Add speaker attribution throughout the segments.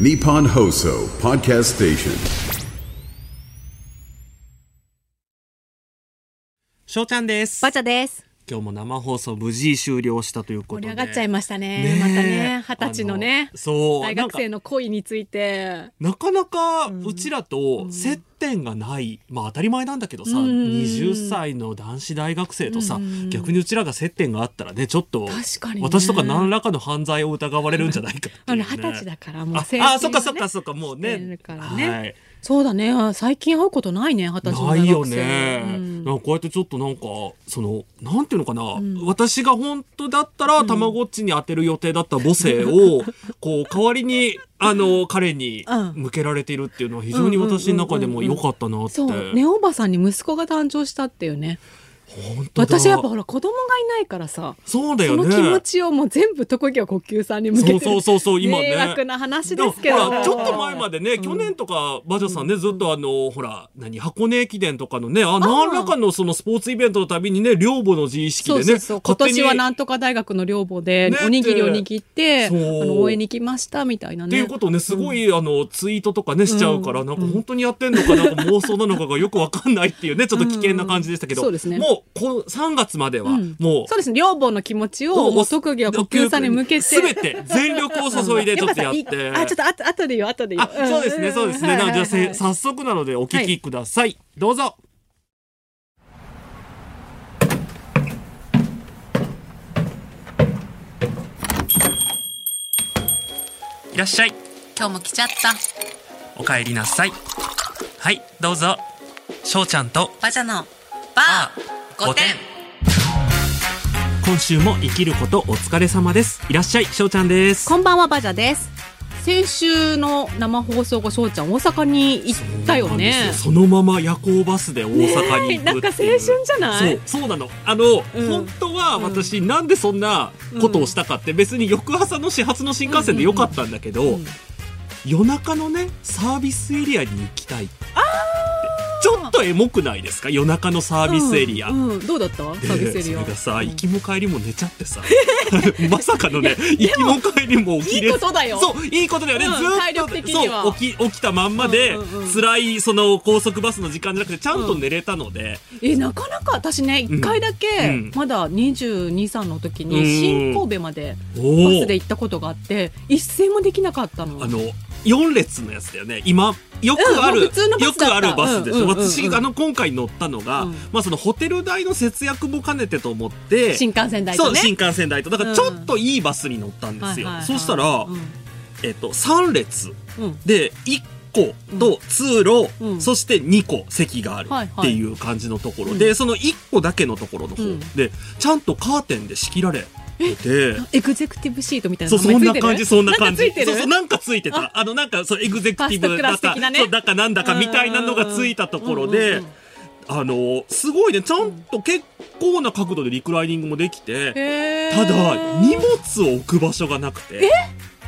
Speaker 1: Nippon Hoso Podcast Station.
Speaker 2: 翔ちゃんです
Speaker 3: バチャです。
Speaker 2: 今日も生放送無事終了したということ
Speaker 3: 盛
Speaker 2: で
Speaker 3: り上がっちゃいましたね。
Speaker 2: ねえ
Speaker 3: またね、二十歳のね
Speaker 2: あの、そう
Speaker 3: 大学生の恋について。
Speaker 2: なかなかうちらと接点がない、まあ当たり前なんだけどさ、
Speaker 3: うん
Speaker 2: 20歳の男子大学生とさ、
Speaker 3: うん
Speaker 2: 逆にうちらが接点があったらねちょっと
Speaker 3: 確かにね
Speaker 2: 私とか何らかの犯罪を疑われるんじゃないかって
Speaker 3: あ
Speaker 2: いう
Speaker 3: の
Speaker 2: ね
Speaker 3: 二十歳だから、もう
Speaker 2: あ
Speaker 3: 成人
Speaker 2: あそっかそっかそっかもう
Speaker 3: して
Speaker 2: ね
Speaker 3: るからね
Speaker 2: はい
Speaker 3: そうだね、最近会うことないね、二十歳の
Speaker 2: な
Speaker 3: 大
Speaker 2: いよ
Speaker 3: 学生。
Speaker 2: ね、
Speaker 3: うん
Speaker 2: なんかこうやってちょっとなんかそのなんていうのかな、私が本当だったらたまごっちに当てる予定だった母性 を、こう代わりにあの彼に
Speaker 3: うん
Speaker 2: 向けられているっていうのは非常に私の中でも良かったなって、
Speaker 3: そう、ねおばさんに息子が誕生したっていうね。
Speaker 2: 本当だ
Speaker 3: 私やっぱほら、子供がいないからさ。
Speaker 2: そうだ
Speaker 3: そ
Speaker 2: よね
Speaker 3: の気持ちをもう全部特技は呼吸さんに向けてる
Speaker 2: そうそうそうそう今ね
Speaker 3: 迷惑な話ですけ
Speaker 2: も
Speaker 3: ど
Speaker 2: ほらちょっと前までね、去年とか馬女さんねずっとあのほら何箱根駅伝とかのねあ何らかのそのスポーツイベントのたびにね寮母の自意識で
Speaker 3: そう
Speaker 2: ね
Speaker 3: そうそう今
Speaker 2: 勝手に
Speaker 3: 年はなんとか大学の寮母で
Speaker 2: ね
Speaker 3: おにぎりを握って、
Speaker 2: そう
Speaker 3: あの応援に来ましたみたいな
Speaker 2: ってい
Speaker 3: ね
Speaker 2: うことをねすごい、あのツイートとかねしちゃうから、なんか本当にやってんのか、なんか妄想なのかがよくわかんないっていうねちょっと危険な感じでしたけど、
Speaker 3: うんそうですね
Speaker 2: もうこの3月までは、
Speaker 3: うん
Speaker 2: もう
Speaker 3: そうですね寮母の気持ちをもう特技は呼吸さんに向けて
Speaker 2: 全て全力を注 いでちょっとやっ
Speaker 3: でも
Speaker 2: て。
Speaker 3: さいあちょっとあと後で言う後で言う
Speaker 2: あそうですねそうですね。なのでじゃあせ
Speaker 3: あ
Speaker 2: 早速なのでお聞きください、どうぞ。いらっしゃい。
Speaker 3: 今日も来ちゃった
Speaker 2: お帰りなさいはいどうぞしょうちゃんと
Speaker 3: バジャの
Speaker 2: バー5点今週も生きることお疲れ様ですいらっしゃいしょうちゃんです
Speaker 3: こんばんはバジャです先週の生放送後しょうちゃん大阪に行ったよね
Speaker 2: そのまま夜行バスで大阪に行くっていう、
Speaker 3: ねえなんか青春じゃない
Speaker 2: そうそうなのあの、
Speaker 3: うん
Speaker 2: 本当は私、なんでそんなことをしたかって別に翌朝の始発の新幹線でよかったんだけど、
Speaker 3: うん
Speaker 2: 夜中のねサービスエリアに行きたいってちょっとエモくないですか夜中のサービスエリア、
Speaker 3: うんうんどうだった
Speaker 2: で
Speaker 3: サービスエリア
Speaker 2: それがさ行きも帰りも寝ちゃってさ まさかのね行きも帰りも起きれず
Speaker 3: いいことだよ
Speaker 2: そういいことだよね、
Speaker 3: うん
Speaker 2: ずーっと
Speaker 3: 体力的には
Speaker 2: そう起き起きたまんまで、
Speaker 3: うんうんうん
Speaker 2: 辛いその高速バスの時間じゃなくてちゃんと寝れたので、
Speaker 3: えなかなか私ね一回だけ、
Speaker 2: うん
Speaker 3: まだ22歳の時
Speaker 2: うん
Speaker 3: に新神戸までバ
Speaker 2: お
Speaker 3: ス
Speaker 2: ー
Speaker 3: で行ったことがあって一睡もできなかったの
Speaker 2: あの4列のやつだよね今よくある、
Speaker 3: うん普通のバ
Speaker 2: よ
Speaker 3: スだった
Speaker 2: くあるバスでしょ、
Speaker 3: うんうんうんうん
Speaker 2: 私あの今回乗ったのが、
Speaker 3: うん
Speaker 2: まあそのホテル代の節約も兼ねてと思って
Speaker 3: 新幹線代
Speaker 2: そ
Speaker 3: と
Speaker 2: う
Speaker 3: ね
Speaker 2: 新幹線代とだからちょっといいバスに乗ったんですよ、
Speaker 3: はいはいはい
Speaker 2: そしたら、
Speaker 3: う
Speaker 2: えっと3列
Speaker 3: んうん
Speaker 2: で1個と通路、
Speaker 3: うん
Speaker 2: そして2個席がある
Speaker 3: はい
Speaker 2: っ
Speaker 3: はい
Speaker 2: ていう感じのところで、
Speaker 3: う
Speaker 2: その1個だけのところの方、
Speaker 3: うん
Speaker 2: でちゃんとカーテンで仕切られてて。
Speaker 3: エグゼクティブシートみたいな
Speaker 2: そうそ
Speaker 3: 名
Speaker 2: ん
Speaker 3: 前
Speaker 2: な
Speaker 3: ついてる
Speaker 2: 感じそんな感じ
Speaker 3: んかついてる
Speaker 2: そうそうなんかついてたあのなんかそうエグゼクティブだ
Speaker 3: ファース
Speaker 2: か
Speaker 3: トクラス的なね
Speaker 2: そうだかなんだかみたいなのがついたところで、
Speaker 3: うんうんうん
Speaker 2: あのすごいねちゃんと結構な角度でリクライニングもできて、
Speaker 3: へー
Speaker 2: ただ荷物を置く場所がなくて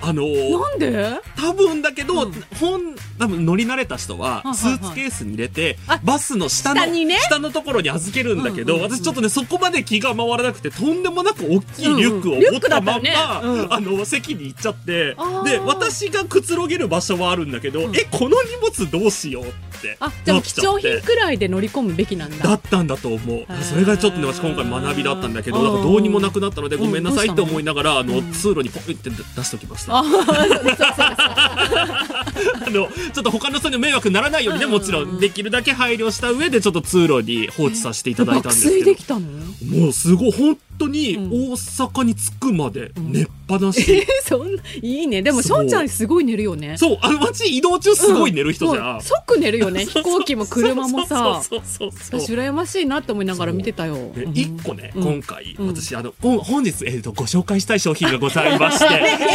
Speaker 2: あの
Speaker 3: なんで
Speaker 2: 多分だけど、
Speaker 3: うん
Speaker 2: 本多分乗り慣れた人は
Speaker 3: はいはいはい
Speaker 2: スーツケースに入れて、
Speaker 3: あ
Speaker 2: バスの下の
Speaker 3: 下にね
Speaker 2: のところに預けるんだけど、
Speaker 3: うんうんうん
Speaker 2: 私ちょっとねそこまで気が回らなくてとんでもなく大きいリュックを
Speaker 3: うんうん
Speaker 2: 持ったまん
Speaker 3: リュックだ
Speaker 2: ま、
Speaker 3: ったよねうん
Speaker 2: あの席に行っちゃって
Speaker 3: あー
Speaker 2: で私がくつろげる場所はあるんだけど、
Speaker 3: ん
Speaker 2: えこの荷物どうしようって
Speaker 3: あじ
Speaker 2: な
Speaker 3: ゃあも
Speaker 2: っ
Speaker 3: う
Speaker 2: ち
Speaker 3: 貴
Speaker 2: ゃっ
Speaker 3: 重
Speaker 2: て
Speaker 3: 品くらいで乗り込むべきなんだ
Speaker 2: だったんだと思う
Speaker 3: ー
Speaker 2: それがちょっとね私今回学びだったんだけど
Speaker 3: あー
Speaker 2: なんかどうにもなくなったのでごめんなさい
Speaker 3: うん
Speaker 2: って
Speaker 3: どうしたの
Speaker 2: 思いながらあの
Speaker 3: うん
Speaker 2: 通路にポイって出しときました。
Speaker 3: あー
Speaker 2: あのちょっと他の人に迷惑にならないようにね、
Speaker 3: うん
Speaker 2: もちろんできるだけ配慮した上でちょっと通路に放置させていただいたん
Speaker 3: 爆
Speaker 2: です
Speaker 3: 睡
Speaker 2: けど
Speaker 3: できたの
Speaker 2: もうすごい本当に
Speaker 3: うん
Speaker 2: 大阪に着くまで
Speaker 3: ん
Speaker 2: 寝っぱなし、
Speaker 3: えそんないいねでもしょんちゃんすごい寝るよね
Speaker 2: そう あの街移動中すごい寝る人じゃん、
Speaker 3: もう即寝る よね飛行機も車もさ
Speaker 2: そうそうそうそう
Speaker 3: 私羨ましいなって思いながら見てたよ。
Speaker 2: で
Speaker 3: うん
Speaker 2: 一個ね、
Speaker 3: うん
Speaker 2: 今回、
Speaker 3: うん
Speaker 2: 私あのこん本日、えー、とご紹介したい商品がございま して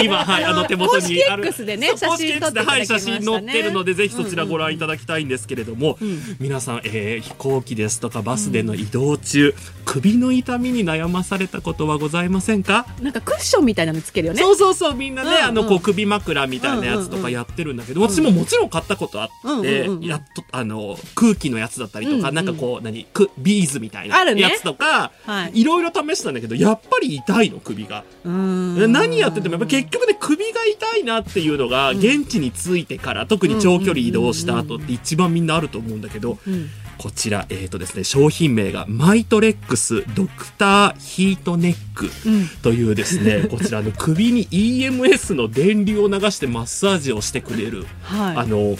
Speaker 2: 今はいあの手元
Speaker 3: 公
Speaker 2: に
Speaker 3: 式
Speaker 2: ある
Speaker 3: X でね
Speaker 2: そう公
Speaker 3: 写真
Speaker 2: 式 X ではい
Speaker 3: 撮
Speaker 2: 写
Speaker 3: っていただきましたね
Speaker 2: 真載ってるのでぜひそちらご覧いただきたいんですけれども、
Speaker 3: うん
Speaker 2: 皆さん、えー飛行機ですとかバスでの移動中、首の痛みに悩まされたことはございませんか、
Speaker 3: なんかクッションみたいなのつけるよね
Speaker 2: そうそうそうみんなね、
Speaker 3: うんうん
Speaker 2: あのこう首枕みたいなやつとかやってるんだけど、私ももちろん買ったことあって、
Speaker 3: うんうんうん
Speaker 2: やっとあの空気のやつだったりとか、
Speaker 3: うんうん
Speaker 2: なんかこう何くビーズみたいな
Speaker 3: あるね
Speaker 2: やつとか、
Speaker 3: はい
Speaker 2: いろいろ試したんだけどやっぱり痛いの首が。
Speaker 3: うーん
Speaker 2: 何やっててもやっぱ結局ね首が痛いなっていうのが現地に着いてから、特に長距離移動した後って一番みんなあると思うんだけど、
Speaker 3: うん
Speaker 2: こちら、えーとですね、商品名がマイトレックスドクターヒートネック
Speaker 3: うん
Speaker 2: というですね、 こちらあの首に EMS の電流を流してマッサージをしてくれる、あ
Speaker 3: は
Speaker 2: の
Speaker 3: い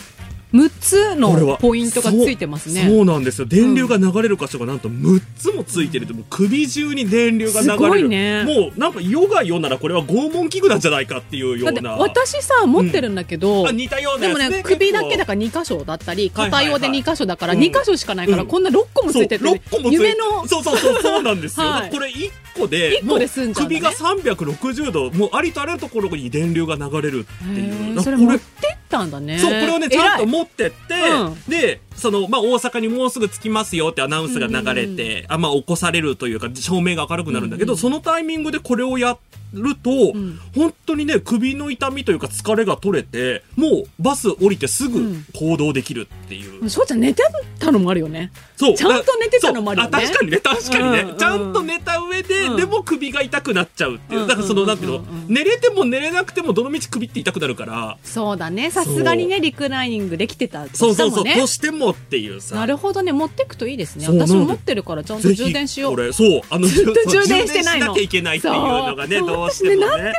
Speaker 3: 6つ
Speaker 2: これ
Speaker 3: の
Speaker 2: は
Speaker 3: ポイントがついてます
Speaker 2: そう
Speaker 3: ね
Speaker 2: そうなんですよ電流が流れる箇所がなんと6つもついてるともう首中に電流が流れる
Speaker 3: すごいね
Speaker 2: もうなんかヨガよならこれは拷問器具なんじゃないかっていうよ
Speaker 3: だ
Speaker 2: う
Speaker 3: って
Speaker 2: な
Speaker 3: 私さ持ってるんだけど、
Speaker 2: あ似たような
Speaker 3: で
Speaker 2: や
Speaker 3: も
Speaker 2: つ、ね、
Speaker 3: ね首だけだ
Speaker 2: か
Speaker 3: から2箇所だったり
Speaker 2: はいはいは
Speaker 3: 片
Speaker 2: い
Speaker 3: 用で2箇所だから
Speaker 2: うん
Speaker 3: 2箇所しかないから、
Speaker 2: うん
Speaker 3: こんな6個もついてて、
Speaker 2: そう6個もついて
Speaker 3: 夢の
Speaker 2: そうそうそうそうなんですよ、
Speaker 3: はい
Speaker 2: これ1個で
Speaker 3: 一個で済んじゃうんだね
Speaker 2: もう首が360度もうありとあらゆるところに電流が流れるってい
Speaker 3: へ
Speaker 2: う
Speaker 3: ー
Speaker 2: な
Speaker 3: それ
Speaker 2: こ
Speaker 3: 持っ
Speaker 2: れ
Speaker 3: てったんだね
Speaker 2: そう、これをね、ちゃんと持ってって、
Speaker 3: うん
Speaker 2: で、その、まあ、大阪にもうすぐ着きますよってアナウンスが流れて、あまあ、起こされるというか、照明が明るくなるんだけど、
Speaker 3: うん
Speaker 2: そのタイミングでこれをやると、
Speaker 3: ん
Speaker 2: 本当にね、首の痛みというか疲れが取れて、もうバス降りてす
Speaker 3: う
Speaker 2: ぐ
Speaker 3: ん
Speaker 2: 行動できるっていう。
Speaker 3: しょうちゃん寝てたのもあるよね
Speaker 2: そう。
Speaker 3: ちゃんと寝てたのもあるよね
Speaker 2: そう確かにね、確かにね。
Speaker 3: うんうん
Speaker 2: ちゃんと寝た上で、
Speaker 3: うん
Speaker 2: でも首が痛くなっちゃうっていう。
Speaker 3: うん
Speaker 2: だからその、なんていう
Speaker 3: う
Speaker 2: の
Speaker 3: んうんうん、
Speaker 2: 寝れても寝れなくても、どのみち首って痛くなるから、
Speaker 3: そうだねさすがにねリクライニングできてたと
Speaker 2: そう
Speaker 3: して
Speaker 2: そうそ
Speaker 3: も
Speaker 2: う、
Speaker 3: ね
Speaker 2: としてもっていうさ。
Speaker 3: なるほどね持ってくといいですね
Speaker 2: そう
Speaker 3: 私
Speaker 2: な
Speaker 3: も
Speaker 2: んで
Speaker 3: 持ってるからちゃんと
Speaker 2: ぜひ
Speaker 3: 充電しよ
Speaker 2: こ
Speaker 3: う
Speaker 2: れそうあの
Speaker 3: ずっと
Speaker 2: そう
Speaker 3: 充電してない
Speaker 2: 充電
Speaker 3: の
Speaker 2: しなきゃいけないっていうのがね
Speaker 3: そう
Speaker 2: どうしてもね
Speaker 3: 私ね何でもね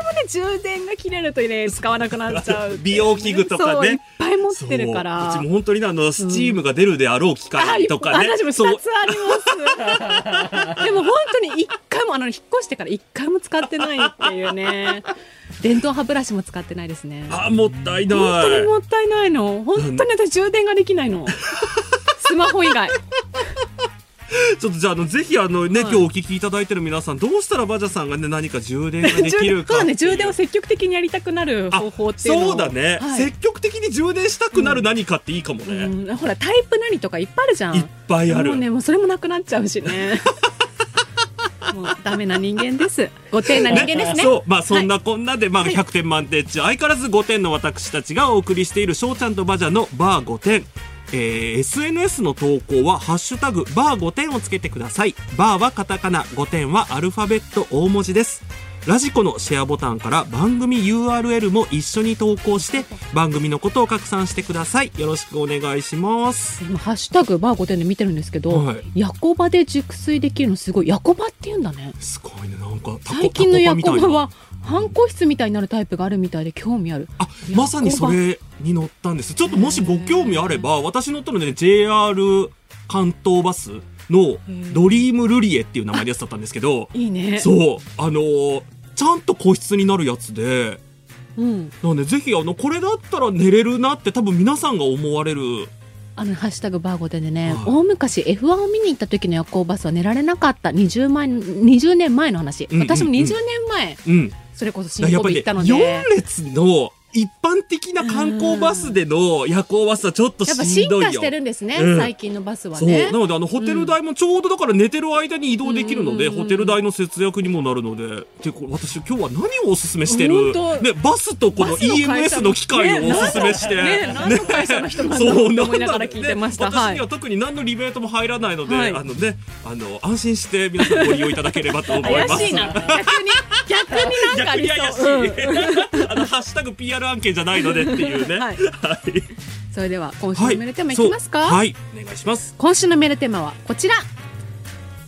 Speaker 3: 充電が切れるとね使わなくなっちゃう
Speaker 2: 美容器具とかね
Speaker 3: そういっぱい持ってるから
Speaker 2: そううちも本当にねあのスチームが出るであろう機
Speaker 3: あ
Speaker 2: 械とかね、
Speaker 3: いっぱい私も
Speaker 2: そう
Speaker 3: 2つあります。でも本当に一回もあの引っ越してから一回も使ってないっていうね。電動歯ブラシも使ってないですね。
Speaker 2: あもったいない
Speaker 3: 本当にもったいないの。本当に私充電ができないの。スマホ以外。
Speaker 2: ちょっとじゃああのぜひあのね、
Speaker 3: はい
Speaker 2: 今日お聞きいただいてる皆さんどうしたらバジャさんがね何か充電ができる
Speaker 3: 充
Speaker 2: か
Speaker 3: そうだね。
Speaker 2: っていう
Speaker 3: 充電を積極的にやりたくなる方法っていうのを
Speaker 2: そうだね、
Speaker 3: はい
Speaker 2: 積極的に充電したくなる何かっていいかもね、
Speaker 3: うんほらタイプなりとかいっぱいあるじゃん。
Speaker 2: いっぱいあ
Speaker 3: も
Speaker 2: る、
Speaker 3: うねもうそれもなくなっちゃうしね。 もうダメな人間です。ご丁寧な人間ですね。
Speaker 2: そう、まあそんなこんなで、まあ100点満点中、相変わらず5点の私たちがお送りしている翔ちゃんとバジャのバー5点。えー SNS の投稿は「ハッシュタグバー5点」をつけてくださいバーはカタカナ5点はアルファベット大文字ですラジコのシェアボタンから番組 URL も一緒に投稿して番組のことを拡散してくださいよろしくお願いします
Speaker 3: 今ハッシュタグバー5点で見てるんですけど、
Speaker 2: はい
Speaker 3: ヤコバで熟睡できるのすごいヤコバって言うんだね
Speaker 2: すごいねなんかタコ
Speaker 3: 最近の
Speaker 2: タ
Speaker 3: ヤ
Speaker 2: コパみ
Speaker 3: コ
Speaker 2: たい
Speaker 3: バ
Speaker 2: な
Speaker 3: は半個室みたいになるタイプがあるみたいで興味ある
Speaker 2: あまさにそれに乗ったんですちょっともしご興味あれば私乗ったのね JR 関東バスのドリームルリエっていう名前のやつだったんですけど
Speaker 3: いいね
Speaker 2: そうあのーちゃんと個室になるやつで
Speaker 3: うん、
Speaker 2: なのでぜひあのこれだったら寝れるなって多分皆さんが思われる
Speaker 3: あのハッシュタグバー5点でね、
Speaker 2: はい
Speaker 3: 大昔 F1 を見に行った時の夜行バスは寝られなかった20前20年前の話、
Speaker 2: うんうんうん
Speaker 3: 私も20年前
Speaker 2: うん
Speaker 3: それこそ
Speaker 2: だ
Speaker 3: 新
Speaker 2: からやっ
Speaker 3: 神戸
Speaker 2: ぱり
Speaker 3: 行
Speaker 2: ね
Speaker 3: ったので、
Speaker 2: 4列の一般的な観光バスでの夜行バスはちょっと
Speaker 3: やっぱ
Speaker 2: しん
Speaker 3: 進
Speaker 2: どいよ
Speaker 3: 化してるんですね、
Speaker 2: うん
Speaker 3: 最近のバスは
Speaker 2: そう
Speaker 3: ね
Speaker 2: なのであのホテル代もちょうどだから寝てる間に移動できるので、
Speaker 3: うんうんうんうん
Speaker 2: ホテル代の節約にもなるのでてこう私今日は何をおすすめしてる、
Speaker 3: 本当
Speaker 2: ね、バスとこの
Speaker 3: バスの会社
Speaker 2: EMS の機械をおすすめして、
Speaker 3: ね何のね何の会社の人なんだろうって思いながら聞いてました
Speaker 2: そうなんだ
Speaker 3: はい
Speaker 2: ね私には特に何のリベートも入らないので、
Speaker 3: はい
Speaker 2: あのねあの安心して皆さんご利用いただければと思います
Speaker 3: 怪しいな逆に逆になんか
Speaker 2: 逆
Speaker 3: あり
Speaker 2: に怪しい、
Speaker 3: そう、うん
Speaker 2: あのハッシュタグ PR 案件じゃないのでっていうね
Speaker 3: はい
Speaker 2: はい
Speaker 3: それでは今週
Speaker 2: は
Speaker 3: の
Speaker 2: い
Speaker 3: メールテーマいきますか、
Speaker 2: そうはいお願いします
Speaker 3: 今週のメールテーマはこちら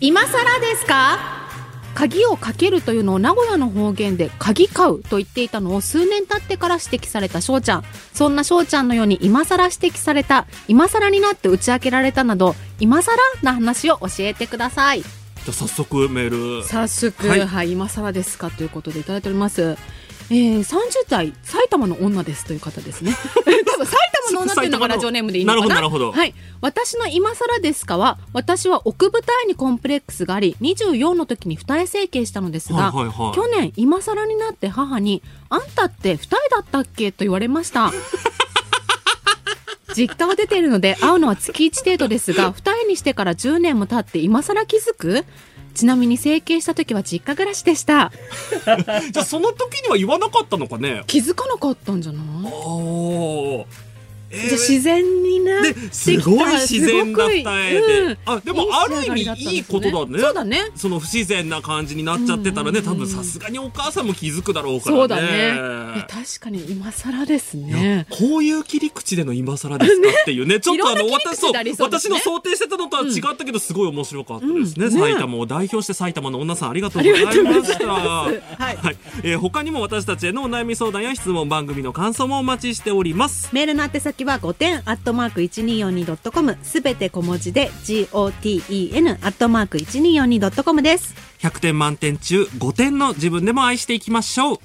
Speaker 3: 今更ですか鍵をかけるというのを名古屋の方言で鍵買うと言っていたのを数年経ってから指摘された翔ちゃんそんな翔ちゃんのように今更指摘された今更になって打ち明けられたなど今更な話を教えてください
Speaker 2: じゃあ早速メール
Speaker 3: 早速、は
Speaker 2: はいい
Speaker 3: 今更ですかということでいただいております、えー、30代埼玉の女ですという方 ですね多分埼玉の女っていうのがラジオネームでいいのかな
Speaker 2: なるほどなるほど
Speaker 3: はい、私の今更ですかは私は奥二重にコンプレックスがあり24の時に二重整形したのですが、
Speaker 2: はいはいはい
Speaker 3: 去年今更になって母に「あんたって二重だったっけ?」と言われ ました実家を出ているので会うのは月1程度ですが二重にしてから10年も経って今更気づくちなみに整形した時は実家暮らしでした
Speaker 2: じゃあその時には言わなかったのかね
Speaker 3: 気づかなかったんじゃない
Speaker 2: あーえー
Speaker 3: じゃあ自然になってきた
Speaker 2: ですごい自然だった絵で、
Speaker 3: すごくうん
Speaker 2: あでも
Speaker 3: いい
Speaker 2: ある意味
Speaker 3: つながりだったんですね
Speaker 2: いいことだね
Speaker 3: そうだね
Speaker 2: その不自然な感じになっちゃってたらね、多分さすがにお母さんも気づくだろうからね
Speaker 3: そうだねいや確かに今更ですね
Speaker 2: こういう切り口での今更ですかって いうね、ちょっとあの
Speaker 3: いろんな切り
Speaker 2: 私
Speaker 3: 口でありそうで
Speaker 2: 私
Speaker 3: すね
Speaker 2: の想定してたのとは違ったけど、すごい面白かったですね,、
Speaker 3: うんね
Speaker 2: 埼玉を代表して埼玉の女さんありがとうございました。
Speaker 3: はい
Speaker 2: はい、えー他にも私たちへのお悩み相談や質問、番組の感想もお待ちしております。
Speaker 4: メールの宛先は5点アットマーク 1242.com すべて小文字で GOTEN アットマーク 1242.com です
Speaker 2: 100点満点中5点の自分でも愛していきましょう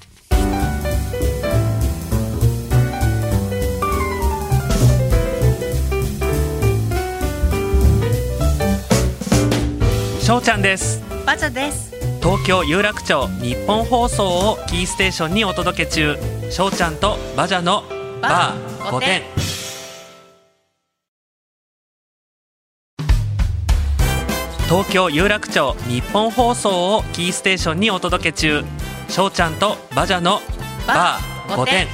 Speaker 2: しょうちゃんです
Speaker 4: バチャです
Speaker 2: 東京有楽町日本放送をキーステーションにお届け中しょうちゃんとバジャのバー5点東京有楽町日本放送をキーステーションにお届け中しょうちゃんとバジャのバー5点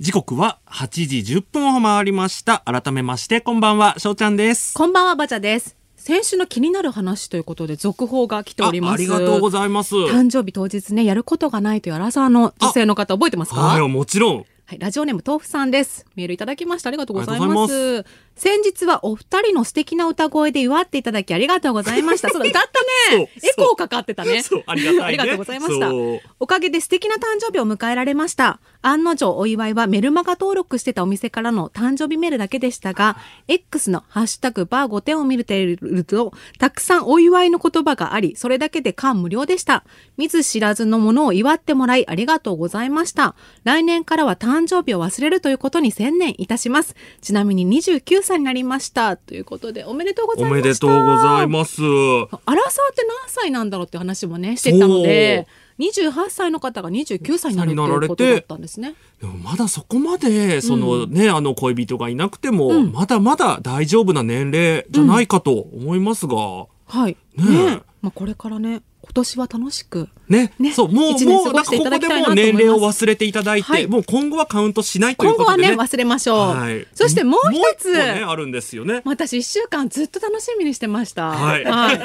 Speaker 2: 時刻は8時10分を回りました改めましてこんばんはしょうちゃんです
Speaker 4: こんばんはバチャです
Speaker 3: 先週の気になる話ということで続報が来ております
Speaker 2: あありがとうございます
Speaker 3: 誕生日当日ねやることがないというアラサーの女性の方覚えてますか
Speaker 2: はいもちろん
Speaker 3: はい、ラジオネーム豆腐さんです。メールいただきました。ありがとうござい
Speaker 2: ありがと
Speaker 3: ま
Speaker 2: うござ
Speaker 3: す。先日はお二人の素敵な歌声で祝っていただきありがとうございました。そうだ、歌ったね。
Speaker 2: そう
Speaker 3: エコーかかってたね。
Speaker 2: そうありがたいね
Speaker 3: ありがとうございまし
Speaker 2: そう
Speaker 3: た。おかげで素敵な誕生日を迎えられました。案の定お祝いはメルマガ登録してたお店からの誕生日メールだけでしたが、X のハッシュタグバー5点を見ていると、たくさんお祝いの言葉があり、それだけで感無量でした。見ず知らずのものを祝ってもらいありがとうございました。来年からは誕生日を忘れるということに専念いたします。ちなみに29歳になりました。ということで、おめでとうござい
Speaker 2: お
Speaker 3: ました。
Speaker 2: めでとうございます。
Speaker 3: アラサーって何歳なんだろうって話もねしてたので28歳の方が29歳になるっていうことだったんですね。
Speaker 2: でもまだそこまで、そのね、あの恋人がいなくても、まだまだ大丈夫な年齢じゃないかと思いますが、
Speaker 3: はい、
Speaker 2: ねえ
Speaker 3: ねえまあ、これからね今年は楽しく
Speaker 2: ね、
Speaker 3: ね
Speaker 2: そう、もう、
Speaker 3: 一年
Speaker 2: も
Speaker 3: 過
Speaker 2: う、な
Speaker 3: ご
Speaker 2: んか
Speaker 3: してい
Speaker 2: ここ
Speaker 3: ただ
Speaker 2: で
Speaker 3: きたいな
Speaker 2: もう
Speaker 3: と思い
Speaker 2: 年
Speaker 3: ます
Speaker 2: 齢を忘れていただいて、
Speaker 3: はい
Speaker 2: もう今後はカウントしないという
Speaker 3: 今
Speaker 2: こ
Speaker 3: 後
Speaker 2: と
Speaker 3: は
Speaker 2: で
Speaker 3: ね
Speaker 2: ね。
Speaker 3: 忘れましょう、
Speaker 2: はい
Speaker 3: そしてもう一
Speaker 2: も
Speaker 3: つ
Speaker 2: 個ね、あるんですよね。
Speaker 3: 私1週間ずっと楽しみにしてました、
Speaker 2: はい
Speaker 3: はい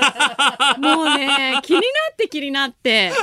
Speaker 3: もうね気になって気にな って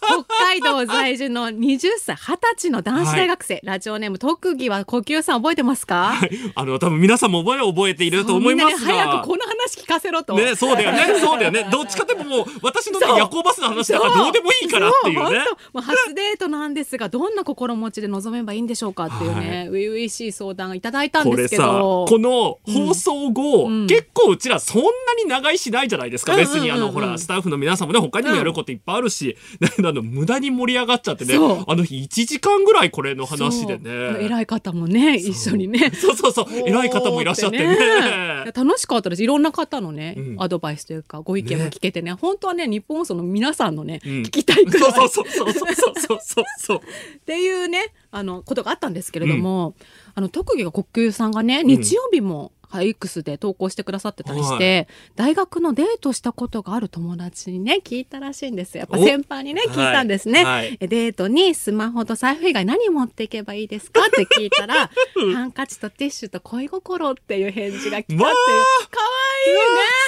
Speaker 3: 北海道在住の20歳20歳の男子大学生、ラジオネーム特技は呼吸さん覚えてますか、
Speaker 2: あの、多分皆さんも覚え、覚えていると思います
Speaker 3: みんなね
Speaker 2: が。
Speaker 3: 早くこの話聞かせろと、
Speaker 2: ね、そうだよね、そうだよね。どっちかでももう、私のね、
Speaker 3: そう
Speaker 2: 夜行バスの話だからどうでもいいからっていうね
Speaker 3: そ。本当もう初デートなんですが、どんな心持ちで臨めばいいんでしょうかっていう
Speaker 2: は
Speaker 3: ね、初、々、しい相談をいただいたん
Speaker 2: こ
Speaker 3: で
Speaker 2: れ
Speaker 3: すけ
Speaker 2: さ、
Speaker 3: ど
Speaker 2: こ。の放送後、結構うちらそんなに長いしないじゃないですか。
Speaker 3: うんうんうん
Speaker 2: 別
Speaker 3: うん
Speaker 2: にあの、ほら、スタッフの皆さんもね、他にもやることいっぱいあるし、だけどあの、無駄に盛り上がっちゃってね
Speaker 3: そう、
Speaker 2: あの日1時間ぐらいこれの話で
Speaker 3: そう
Speaker 2: ね。
Speaker 3: 偉い方もね一緒にね
Speaker 2: そうそうそう、偉い方もいらっしゃって
Speaker 3: おー
Speaker 2: ね
Speaker 3: ってね。楽しかったですいろんな方のね、
Speaker 2: うん
Speaker 3: アドバイスというかご意見も聞けてね本当はね日本放送の皆さんのね、
Speaker 2: うん
Speaker 3: 聞きたいくら
Speaker 2: そ
Speaker 3: いう
Speaker 2: そうそうそうそうそうそうそう。
Speaker 3: っていうねあのことがあったんですけれども、あの特技が国球さんがね日曜日も、ハイ X で投稿してくださってたりして、大学のデートしたことがある友達にね聞いたらしいんですよやっぱ
Speaker 2: お
Speaker 3: 先輩にね聞いたんですね、
Speaker 2: はいはい
Speaker 3: えデートにスマホと財布以外何持っていけばいいですかって聞い たらハンカチとティッシュと恋心っていう返事が来たっていう
Speaker 2: わ
Speaker 3: か
Speaker 2: あ
Speaker 3: わいいね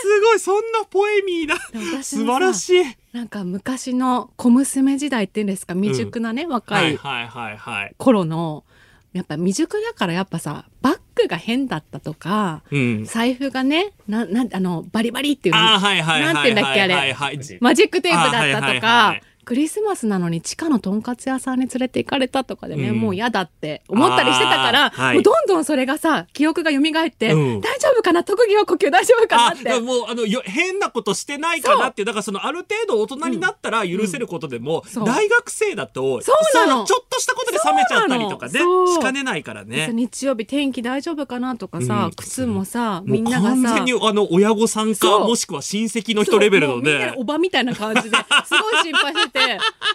Speaker 2: すごい、そんなポエミーな。
Speaker 3: 私
Speaker 2: 素
Speaker 3: もさ
Speaker 2: 晴らしい。
Speaker 3: なんか昔の小娘時代っていうんですか未熟なね、若
Speaker 2: はい
Speaker 3: い
Speaker 2: はいはいはい。
Speaker 3: 頃のやっぱ未熟だからやっぱさバッグが変だったとか、
Speaker 2: うん。
Speaker 3: 財布がねななあのバリバリっていうの
Speaker 2: あーはいはいはい。
Speaker 3: なんて言うんだっけあれ、
Speaker 2: はいはいはい
Speaker 3: マジックテープだった
Speaker 2: あ
Speaker 3: とか、
Speaker 2: ーはいはいはい
Speaker 3: クリスマスなのに地下のとんかつ屋さんに連れて行かれたとかでね、
Speaker 2: うん
Speaker 3: もう嫌だって思ったりしてたから、
Speaker 2: あーはい
Speaker 3: もうどんどんそれがさ記憶が蘇って、
Speaker 2: うん
Speaker 3: 大丈夫かな特技は呼吸大丈夫かなっ
Speaker 2: あ
Speaker 3: て
Speaker 2: だらもうあのよ変なことしてないかなっていうだからそのある程度大人になったら許せることでも、
Speaker 3: そう
Speaker 2: 大学生だと
Speaker 3: そうなの
Speaker 2: ちょっとしたことことで冷めちゃったりとかね
Speaker 3: そうなのそう
Speaker 2: しかねないからね
Speaker 3: 日曜日天気大丈夫かなとかさ、
Speaker 2: うん
Speaker 3: 靴もさ、
Speaker 2: も
Speaker 3: み
Speaker 2: うん
Speaker 3: なが
Speaker 2: 完
Speaker 3: さ
Speaker 2: 全にあの親御さんか
Speaker 3: そう
Speaker 2: もしくは親戚の人レベルの
Speaker 3: そうもうみんな
Speaker 2: ね
Speaker 3: でおばみたいな感じで、すごい心配し てて、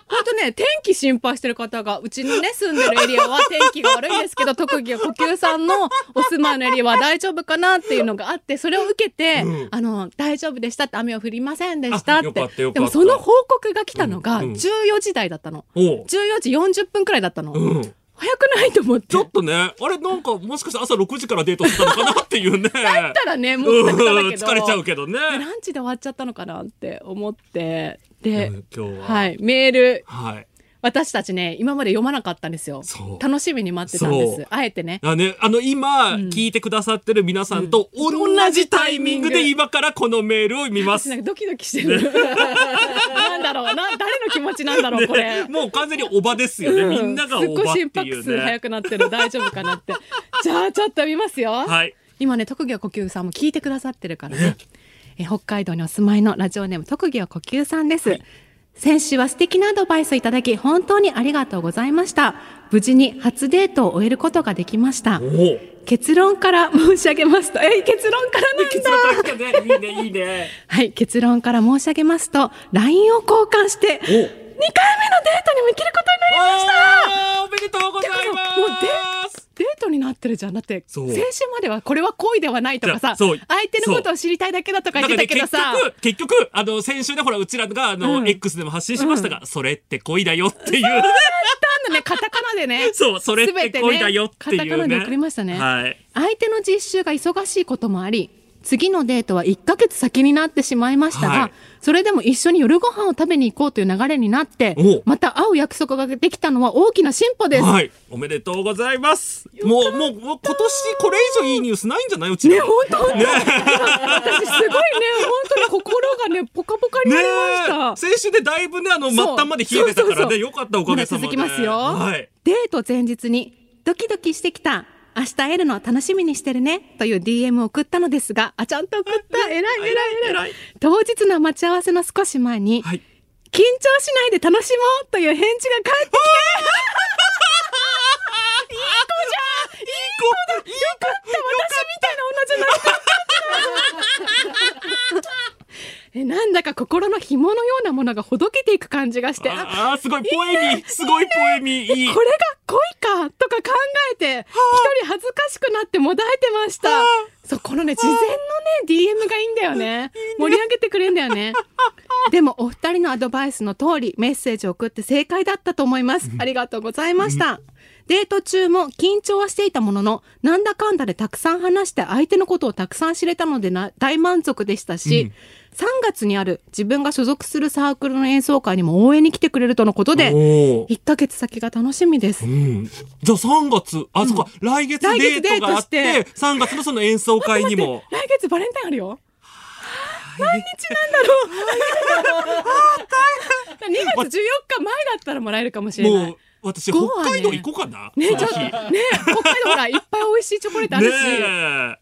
Speaker 3: 本当ね、天気心配してる方が、うちのね、住んでるエリアは天気が悪いんですけど、特技は呼吸さんのお住まいのエリアは大丈夫かなっていうのがあって、それを受けて、
Speaker 2: うん
Speaker 3: あの、大丈夫でしたって、雨は降りませんでした
Speaker 2: あ
Speaker 3: って。
Speaker 2: よかったよかった
Speaker 3: でもその報告が来たのが、
Speaker 2: うんうん
Speaker 3: 14時台だったの。
Speaker 2: おう
Speaker 3: 14時40分くらいだったの。
Speaker 2: うん
Speaker 3: 早くないと思って。
Speaker 2: ちょっとねあれなんかもしかして朝6時からデートしてたのかなっていう ねだ
Speaker 3: たらね、もうくたくただけど。
Speaker 2: 疲れち ゃうけどね
Speaker 3: でランチで終わっちゃったのかなって思って。で、
Speaker 2: うん今日はは、
Speaker 3: はいい、メール、私たちね、今まで読まなかったんですよ
Speaker 2: そう。
Speaker 3: 楽しみに待ってたんで
Speaker 2: そう
Speaker 3: す。あえてね。
Speaker 2: だね、あの今聞いてくださってる皆さんと同じタイミングで今からこのメールを見ます
Speaker 3: 私なんかドキドキしてる。なんだろうな、誰の気持ちなんだろう、これ。
Speaker 2: もう完全におばですよね、
Speaker 3: う
Speaker 2: みんなが
Speaker 3: すっ
Speaker 2: お
Speaker 3: ごい
Speaker 2: ばっ
Speaker 3: 心
Speaker 2: てい
Speaker 3: 拍
Speaker 2: う
Speaker 3: 数
Speaker 2: ね
Speaker 3: 速くなってる。大丈夫かなって。じゃあ、ちょっと見ますよ。
Speaker 2: はい
Speaker 3: 今ね特技は呼吸さんも聞いてくださってるからねえ北海道にお住まいのラジオネーム特技は呼吸さんです、先週は素敵なアドバイスをいただき本当にありがとうございました無事に初デートを終えることができました
Speaker 2: おお
Speaker 3: 結論から申し上げますとえ結論からなんだ
Speaker 2: 結論からねいいねいいね
Speaker 3: はい結論から申し上げますと LINE を交換して2回目のデートにも行けることになりまし
Speaker 2: お
Speaker 3: た
Speaker 2: ーおめでとうございます
Speaker 3: もうデートになってるじゃんだって
Speaker 2: そう
Speaker 3: 先週まではこれは恋ではないとかさ
Speaker 2: そう
Speaker 3: 相手のことを知りたいだけだとか
Speaker 2: だ
Speaker 3: 言っ
Speaker 2: か
Speaker 3: て
Speaker 2: らね
Speaker 3: たけど
Speaker 2: 結
Speaker 3: さ
Speaker 2: 局、結局、あの、先週ね、ほら、うちらが、あの、
Speaker 3: うん
Speaker 2: X でも発信しましたが、それって恋だよっていう、
Speaker 3: あのねカタカナでね
Speaker 2: そう、それって恋だよっていうね。
Speaker 3: 全てねカタカナで送りましたね
Speaker 2: はい。
Speaker 3: 相手の実習が忙しいこともあり次のデートは1ヶ月先になってしまいましたが、
Speaker 2: はい
Speaker 3: それでも一緒に夜ご飯を食べに行こうという流れになって
Speaker 2: おう
Speaker 3: また会う約束ができたのは大きな進歩です。
Speaker 2: はい。おめでとうございます。もう、もう、もう今年これ以上いいニュースないんじゃないうちら
Speaker 3: ね、本当、本当、私すごいね、本当に心がね、ポカポカになりました。
Speaker 2: ねえ先週でだいぶね、あの、末
Speaker 3: そう
Speaker 2: 端まで冷えてたから
Speaker 3: そうそうそ
Speaker 2: ね、
Speaker 3: う
Speaker 2: よかったおかげさまで。
Speaker 3: まだ続きますよ
Speaker 2: はい。
Speaker 3: デート前日にドキドキしてきた明日会えるのを楽しみにしてるねという DM を送ったのですがあちゃんと送った偉い偉い偉い
Speaker 2: 偉い
Speaker 3: 当日の待ち合わせの少し前に、
Speaker 2: はい。
Speaker 3: 緊張しないで楽しもうという返事が返ってきていい子じゃんいい子だよかった私みたいな女じゃ なくてえなんだか心の紐のようなものがほどけていく感じがしてあ
Speaker 2: ああー、すごい、ポエミー、すごいポエミー、いい。
Speaker 3: これが恋かとか考えて、一人恥ずかしくなってもだえてました
Speaker 2: はあ。
Speaker 3: そう、このね、事前のね、DM がいいんだよね。盛り上げてくれんだよ ね。でも、お二人のアドバイスの通り、メッセージを送って正解だったと思います。ありがとうございました。デート中も緊張はしていたものの、なんだかんだでたくさん話して相手のことをたくさん知れたのでな大満足でしたし、3月にある自分が所属するサークルの演奏会にも応援に来てくれるとのことで、
Speaker 2: おー
Speaker 3: 一ヶ月先が楽しみです
Speaker 2: う。ん、じゃあ3月、あ、そっか、来月
Speaker 3: 来
Speaker 2: デ
Speaker 3: 月
Speaker 2: ートがあっ
Speaker 3: デ
Speaker 2: て
Speaker 3: ート、
Speaker 2: 3月のその演奏会にも。
Speaker 3: 来月バレンタインあるよ。何日なんだろう。2月14日前だったらもらえるかもしれな
Speaker 2: もう
Speaker 3: い。、
Speaker 2: 私、北
Speaker 3: ごはね
Speaker 2: 海道行こうかな。
Speaker 3: ね
Speaker 2: そ
Speaker 3: ち
Speaker 2: の
Speaker 3: ょっと
Speaker 2: 日
Speaker 3: ね北海道ほらいっぱい美味しいチョコレートあるし、
Speaker 2: ね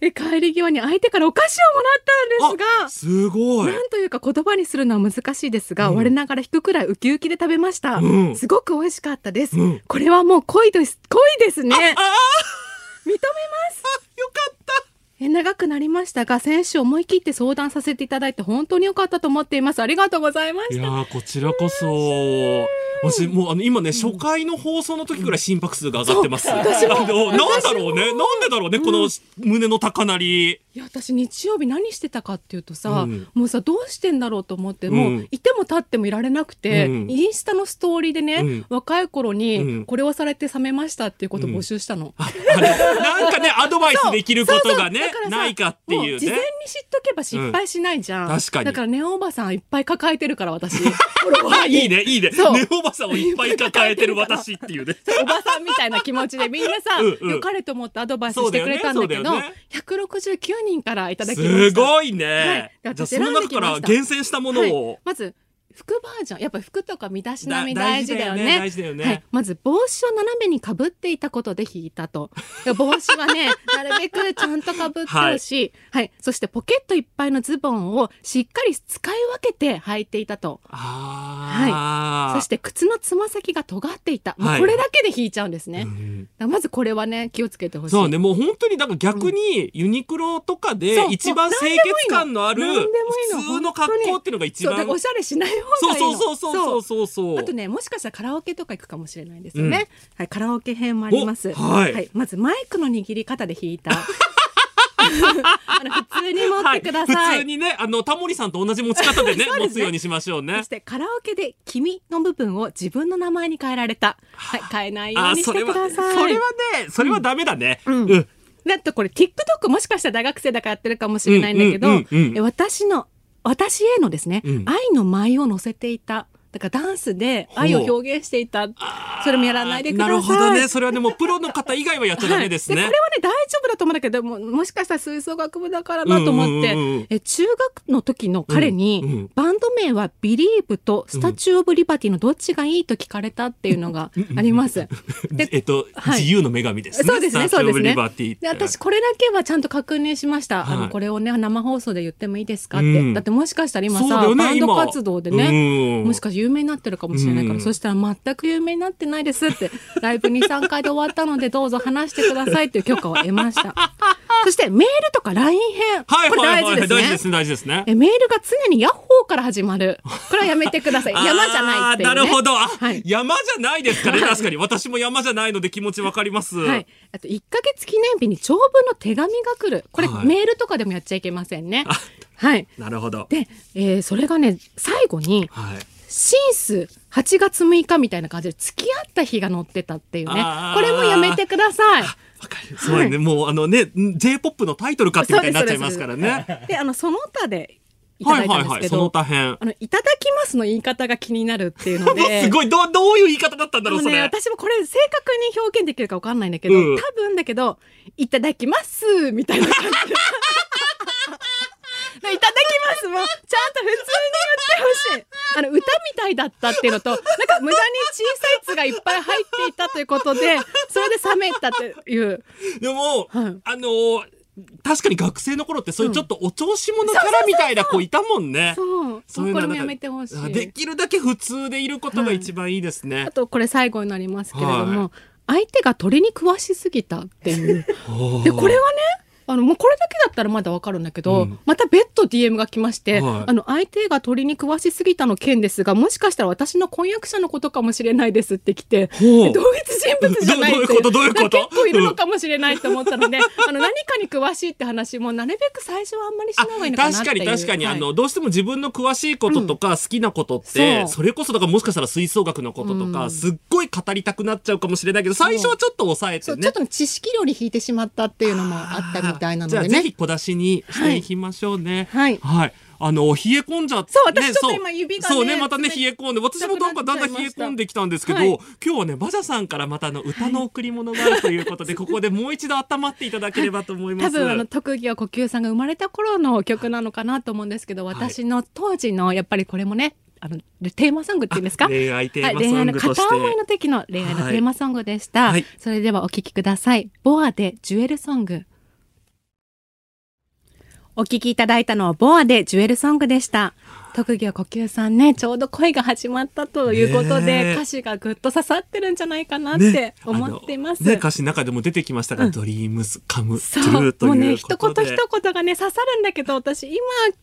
Speaker 3: え帰り際に相手からお菓子をもらったんで
Speaker 2: え。あ、
Speaker 3: す
Speaker 2: すご
Speaker 3: が。
Speaker 2: い。
Speaker 3: なんというか言葉にするのは難しいですが、我ながら引くくらいウキウキで食べました、
Speaker 2: うん
Speaker 3: すごく美味しかったです、
Speaker 2: うん
Speaker 3: これはもう恋です恋ですね認めます
Speaker 2: よかった。
Speaker 3: え長くなりましたが先週思い切って相談させていただいて本当に良かったと思っていますありがとうございま
Speaker 2: い
Speaker 3: し
Speaker 2: や
Speaker 3: た
Speaker 2: ーこちらこそ。私もうあの今ね、初回の放送の時ぐらい心拍数が上がってます。
Speaker 3: 私も
Speaker 2: あのなんだろうね、なんでだろうね、この胸の高鳴り。
Speaker 3: いや私日曜日何してたかっていうとさ、
Speaker 2: うん
Speaker 3: もうさどうしてんだろうと思って、
Speaker 2: うん
Speaker 3: もういても立ってもいられなくて、
Speaker 2: うん
Speaker 3: インスタのストーリーでね、
Speaker 2: うん
Speaker 3: 若い頃
Speaker 2: うん
Speaker 3: にこれをされて冷めましたっていうことを募集したの、
Speaker 2: ああのなん かね、アドバイスできることが
Speaker 3: そう
Speaker 2: ね
Speaker 3: そうだら、さ
Speaker 2: ないかってい
Speaker 3: も
Speaker 2: う
Speaker 3: 事前
Speaker 2: ね
Speaker 3: に。知っとけば失敗しないじゃん、
Speaker 2: うん確かに
Speaker 3: だからネオおばさんいっぱい抱えてるから私フォロワ ー
Speaker 2: あ、いいね、いいね。
Speaker 3: そう
Speaker 2: ねおばさんをいっぱい抱えてる私っていう ね。
Speaker 3: おばさんみたいな気持ちでみんなさ、
Speaker 2: うんうん
Speaker 3: 良かれと思ってアドバイスしてくれたんだけ
Speaker 2: そう
Speaker 3: ど、
Speaker 2: だよね
Speaker 3: 169人からいただきました。
Speaker 2: す
Speaker 3: は
Speaker 2: ごいね。
Speaker 3: はい
Speaker 2: じゃあその中から厳選したもの
Speaker 3: い
Speaker 2: を。
Speaker 3: まず、服バージョンやっぱ服とか身だしなみ
Speaker 2: だ
Speaker 3: 大事だよね
Speaker 2: 大事だよね。
Speaker 3: はい、まず帽子を斜めにかぶっていたことで引いたとで帽子は ねなるべくちゃんとかぶってほしい、はいそしてポケットいっぱいのズボンをしっかり使い分けて履いていたと
Speaker 2: ああ。
Speaker 3: そして靴のつま先が尖っていた、もう
Speaker 2: はい
Speaker 3: これだけで引いちゃうんです
Speaker 2: う
Speaker 3: ね、だか
Speaker 2: ん
Speaker 3: らまずこれはね気をつけてほしい
Speaker 2: そうね、もう本当に、だから逆にユニクロとか
Speaker 3: そ
Speaker 2: で
Speaker 3: う
Speaker 2: 一番
Speaker 3: もう
Speaker 2: 清潔感のある
Speaker 3: 何でもいいの
Speaker 2: 普通の格好っていうのが一
Speaker 3: そうだ
Speaker 2: 番
Speaker 3: から。おしゃれしない方
Speaker 2: そう
Speaker 3: がいいの
Speaker 2: そうそうそう
Speaker 3: そ
Speaker 2: そうそう。
Speaker 3: うあとねもしかしたらカラオケとか行くかもしれないですよね、
Speaker 2: うん
Speaker 3: はい、カラオケ編もあります、
Speaker 2: おはい
Speaker 3: まずマイクの握り方で弾 いたあの普通に持ってください、
Speaker 2: はい、普通にね、あの、タモリさんと同じ持ち方でね、
Speaker 3: そうですね
Speaker 2: 持つようにしましょうね
Speaker 3: そし。てカラオケで「君」の部分を自分の名前に変えられた、はい、変えないよう
Speaker 2: あ、
Speaker 3: にし
Speaker 2: それ
Speaker 3: て
Speaker 2: は、
Speaker 3: ください
Speaker 2: それはね、それはダメだね。うん。
Speaker 3: だってこれ TikTok もしかしたら大学生だからやってるかもしれないんだけど、
Speaker 2: うんうんうんうん
Speaker 3: え私の私へのですね、
Speaker 2: うん
Speaker 3: 愛の舞を乗せていただからダンスで愛を表現していたそれもやらないでください
Speaker 2: なるほどね。それはでも、プロの方以外はやっちゃダメですね。
Speaker 3: はいこれはね大丈夫だと思うんだけどももしかしたら吹奏楽部だからなと思って、
Speaker 2: うんうんうんうん
Speaker 3: え中学の時の彼に、
Speaker 2: うんうん
Speaker 3: バンド名は「ビリーブ」と「スタチュー・オブ・リバティ」のどっちがいいと聞かれたっていうのがあります。で
Speaker 2: えっと、
Speaker 3: はい
Speaker 2: 自由の女神ですね。
Speaker 3: そうですね、
Speaker 2: スタ
Speaker 3: そ
Speaker 2: チ
Speaker 3: う
Speaker 2: ューオ
Speaker 3: で
Speaker 2: ブ
Speaker 3: すね。
Speaker 2: リバティって
Speaker 3: で私、これだけはちゃんと確認しました。
Speaker 2: はい
Speaker 3: あの、これをね、生放送で言ってもいいですかって。
Speaker 2: うん
Speaker 3: だってもしかしたら今
Speaker 2: そうだ
Speaker 3: さ、
Speaker 2: よね
Speaker 3: バンド
Speaker 2: 今
Speaker 3: 活動でね、
Speaker 2: うん
Speaker 3: もしかして有名になってるかもしれないから、
Speaker 2: うん
Speaker 3: そしたら全く有名になってないで すって、ライブ2、3回で終わったので、どうぞ話してくださいっていう許可を得ま した。そして、メールとか LINE 編。
Speaker 2: はい
Speaker 3: これ
Speaker 2: はいはい、
Speaker 3: 大
Speaker 2: 大
Speaker 3: 事
Speaker 2: 事
Speaker 3: で
Speaker 2: ですす
Speaker 3: ね。
Speaker 2: ね、大事ですね。
Speaker 3: えメールが常にヤッホーから始まる。これはやめてく ださい。山じゃないっていう、ね。
Speaker 2: あーなるほど。あ
Speaker 3: はい
Speaker 2: 山じゃないですかね。確かに。私も山じゃないので気持ちわかります。
Speaker 3: はい、あと1ヶ月記念日に長文の手紙が来るこれ、
Speaker 2: はい
Speaker 3: メールとかでもやっちゃいけませんね
Speaker 2: あ。
Speaker 3: はい、
Speaker 2: なるほど。
Speaker 3: で、えーそれがね最後に
Speaker 2: はい。
Speaker 3: 「シンス8月6日」みたいな感じで付き合った日が載ってたっていうね
Speaker 2: あー
Speaker 3: これもやめてください。
Speaker 2: わかる。そうね。もう、あのね、ん J-POP のタイトルかって みたいになっちゃいますからね。
Speaker 3: であのその他でいた
Speaker 2: は
Speaker 3: だ
Speaker 2: い
Speaker 3: いた
Speaker 2: はい
Speaker 3: んです
Speaker 2: は
Speaker 3: け
Speaker 2: い。そ
Speaker 3: ど
Speaker 2: の他編。
Speaker 3: あのいただきます」の言い方が気になるっていうので。
Speaker 2: すごい、どう、どういう言い方だったんだ
Speaker 3: あ
Speaker 2: ろ
Speaker 3: の
Speaker 2: う、そ
Speaker 3: ね、
Speaker 2: れ。
Speaker 3: 私もこれ正確に表現できるかわかんないんだけど、
Speaker 2: うん
Speaker 3: 多分だけど、いただきますみたいな感じで。 いただきますもちゃんと普通に言ってほしい。あの、歌みたいだったっていうのと、なんか無駄に小さい「つ」がいっぱい入っていたということで、それで冷めたという。
Speaker 2: でも、
Speaker 3: はい
Speaker 2: あのー確かに学生の頃ってそういうちょっとお調子者キャラみたいな子いたもんね。
Speaker 3: そう。
Speaker 2: そういう
Speaker 3: こ
Speaker 2: のな
Speaker 3: れも
Speaker 2: んか
Speaker 3: やめてほし
Speaker 2: あで
Speaker 3: い。
Speaker 2: きるだけ普通でいることが一番いいですね
Speaker 3: あ。と、これ最後になりますけれども、
Speaker 2: は
Speaker 3: 相手が鳥に詳しすぎたっ ていう。
Speaker 2: おー
Speaker 3: でこれはねあのもうこれだけだったらまだわかるんだけど、
Speaker 2: うん
Speaker 3: また別途 DM が来まして、
Speaker 2: はい
Speaker 3: あの相手が鳥に詳しすぎたの件ですがもしかしたら私の婚約者のことかもしれないですって来て
Speaker 2: ほう
Speaker 3: 同一人物じゃないって
Speaker 2: どどういうことどういうこと
Speaker 3: なんか結構いるのかもしれないと思ったので、あの何かに詳しいって話もなるべく最初はあんまりしな
Speaker 2: あ
Speaker 3: い方がいいのかなっていう
Speaker 2: 確かに確かに、
Speaker 3: はい
Speaker 2: あのどうしても自分の詳しいこととか好きなことって、
Speaker 3: そう
Speaker 2: それこそだからもしかしたら吹奏楽のこととか、
Speaker 3: うん
Speaker 2: すっごい語りたくなっちゃうかもしれないけど最初はちょっと抑えて
Speaker 3: そうちょ
Speaker 2: ね
Speaker 3: っ。と知識量に引いてしまったっていうのもあったみたいなので
Speaker 2: あー
Speaker 3: ね
Speaker 2: じゃあぜひ小出しにしていきましょうね。
Speaker 3: はい
Speaker 2: あの冷え込んじゃって、
Speaker 3: そう私ちょっと
Speaker 2: そう
Speaker 3: 今指がね
Speaker 2: そうねまたね冷え込んで私もなんかだんだん冷え込んできたんですけど、
Speaker 3: はい
Speaker 2: 今日はねバジャさんからまたあの歌の贈り物があるということで、ここでもう一度温まっていただければと思いま
Speaker 3: 多
Speaker 2: す。
Speaker 3: 分あの特技は呼吸さんが生まれた頃の曲なのかなと思うんですけど私の当時のやっぱりこれもねあのテーマソングっていうんですか
Speaker 2: 恋愛テーマ
Speaker 3: はい恋
Speaker 2: ソ
Speaker 3: 愛
Speaker 2: ン
Speaker 3: の
Speaker 2: グとして、
Speaker 3: 片思いの時の恋愛のテーマソングでした、
Speaker 2: はいはい
Speaker 3: それではお聴きくださいボアでジュエルソング
Speaker 4: お聞きいただいたのはボアでジュエルソングでした。
Speaker 3: 特技は呼吸さんねちょうど恋が始まったということで、
Speaker 2: ねえ
Speaker 3: 歌詞がぐっと刺さってるんじゃないかなって思
Speaker 2: あの
Speaker 3: っています、
Speaker 2: ね、歌詞の中でも出てきましたが、ドリームスカムト
Speaker 3: そ
Speaker 2: ゥルー
Speaker 3: う
Speaker 2: と
Speaker 3: もうね
Speaker 2: いう
Speaker 3: 一言
Speaker 2: ことで。
Speaker 3: 一言がね刺さるんだけど私今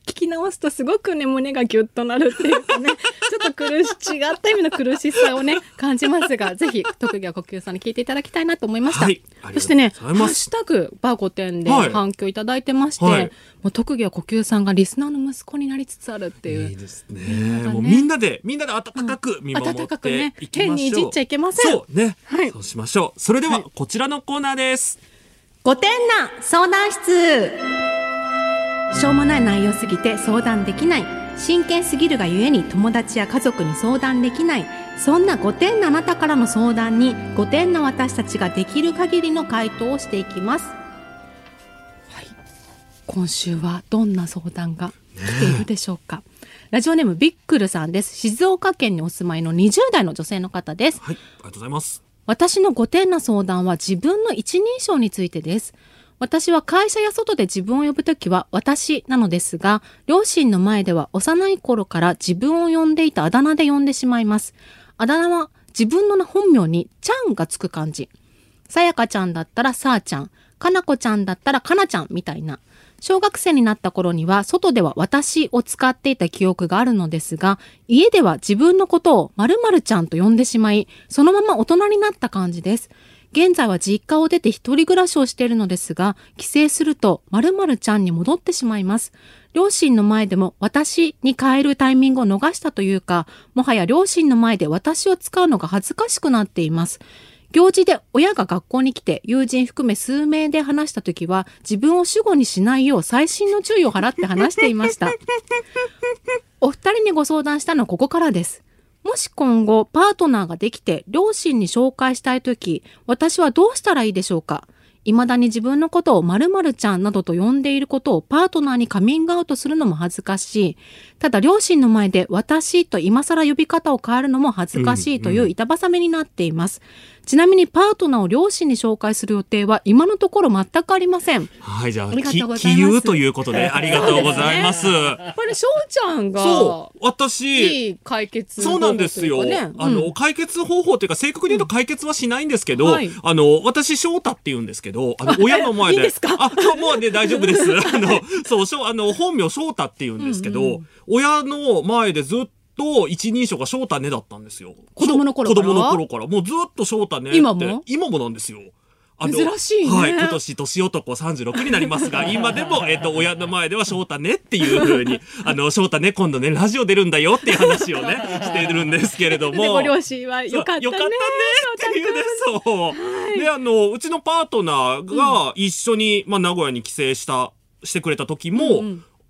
Speaker 3: 聞き直すとすごくね胸がギュッとなるっていう かねちょっと苦し違った意味の苦しさをね感じますがぜひ特技は呼吸さんに聞いていただきたいなと思いました、
Speaker 2: はいありがとうございます
Speaker 3: そしてね「ハッシュタグバー5点」で
Speaker 2: はい
Speaker 3: 反響いただいてまして、
Speaker 2: はい
Speaker 3: もう特技は呼吸さんがリスナーの息子になりつつあるっていう
Speaker 2: いいですね
Speaker 3: がね
Speaker 2: もうみんなでみんなで温かく見守っ
Speaker 3: うん温かく
Speaker 2: て
Speaker 3: ね
Speaker 2: いきましょう、
Speaker 3: 変にいじっちゃいけません
Speaker 2: そうね、
Speaker 3: はい
Speaker 2: そうしましょうそれではこちらのコーナーです、
Speaker 4: 5点な相談室
Speaker 3: しょうもない内容すぎて相談できない真剣すぎるがゆえに友達や家族に相談できないそんな5点なあなたからの相談に5点な私たちができる限りの回答をしていきます、今週はどんな相談が来ているでしょうか、ラジオネームビックルさんです。静岡県にお住まいの20代の女性の方です。
Speaker 2: はい、ありがとうございます。
Speaker 3: 私の5点な相談は自分の一人称についてです。私は会社や外で自分を呼ぶときは私なのですが、両親の前では幼い頃から自分を呼んでいたあだ名で呼んでしまいます。あだ名は自分の本名にちゃんがつく感じ。さやかちゃんだったらさあちゃん、かなこちゃんだったらかなちゃんみたいな。小学生になった頃には外では私を使っていた記憶があるのですが、家では自分のことを〇〇ちゃんと呼んでしまい、そのまま大人になった感じです。現在は実家を出て一人暮らしをしているのですが、帰省すると〇〇ちゃんに戻ってしまいます。両親の前でも私に変えるタイミングを逃したというか、もはや両親の前で私を使うのが恥ずかしくなっています。行事で親が学校に来て友人含め数名で話した時は自分を主語にしないよう細心の注意を払って話していました。お二人にご相談したのはここからです。もし今後パートナーができて両親に紹介したいとき、私はどうしたらいいでしょうか未だに自分のことを〇〇ちゃんなどと呼んでいることをパートナーにカミングアウトするのも恥ずかしい。ただ両親の前で私と今更呼び方を変えるのも恥ずかしいという板挟みになっています。ちなみにパートナーを両親に紹介する予定は今のところ全くありま せん。
Speaker 2: はい、じゃあ、
Speaker 3: ありがとうございます
Speaker 2: き杞憂ということで、ありがとうございます。
Speaker 3: これ、しょうちゃんが、
Speaker 2: そう、私、
Speaker 3: いい解決
Speaker 2: そうなんですよ。あの、解決方法というか、正確に言うと解決はしないんですけど、
Speaker 3: はい
Speaker 2: あの、私、翔太って言うんですけど、あの、親の前で。
Speaker 3: いいですか
Speaker 2: あ、そうもうね、大丈夫 です。あの、そう、しょあの、本名翔太って言うんですけど、親の前でずっと一人称が翔太ねだったんですよ。
Speaker 3: 子供の頃から
Speaker 2: 子供の頃から。もうずっと翔太ねって。
Speaker 3: 今も
Speaker 2: 今もなんですよ。あの
Speaker 3: 珍しいね
Speaker 2: はい、今年年男36になります が、今でも、えっ、と、親の前では翔太ねっていうふうに、あの、翔太ね、今度ね、ラジオ出るんだよっていう話 をね、してるんですけれども。
Speaker 3: ご両親はよかったね。
Speaker 2: そうよかったねっていうね、そう。で、あの、うちのパートナーが一緒に、まあ、名古屋に帰省した、してくれた時も、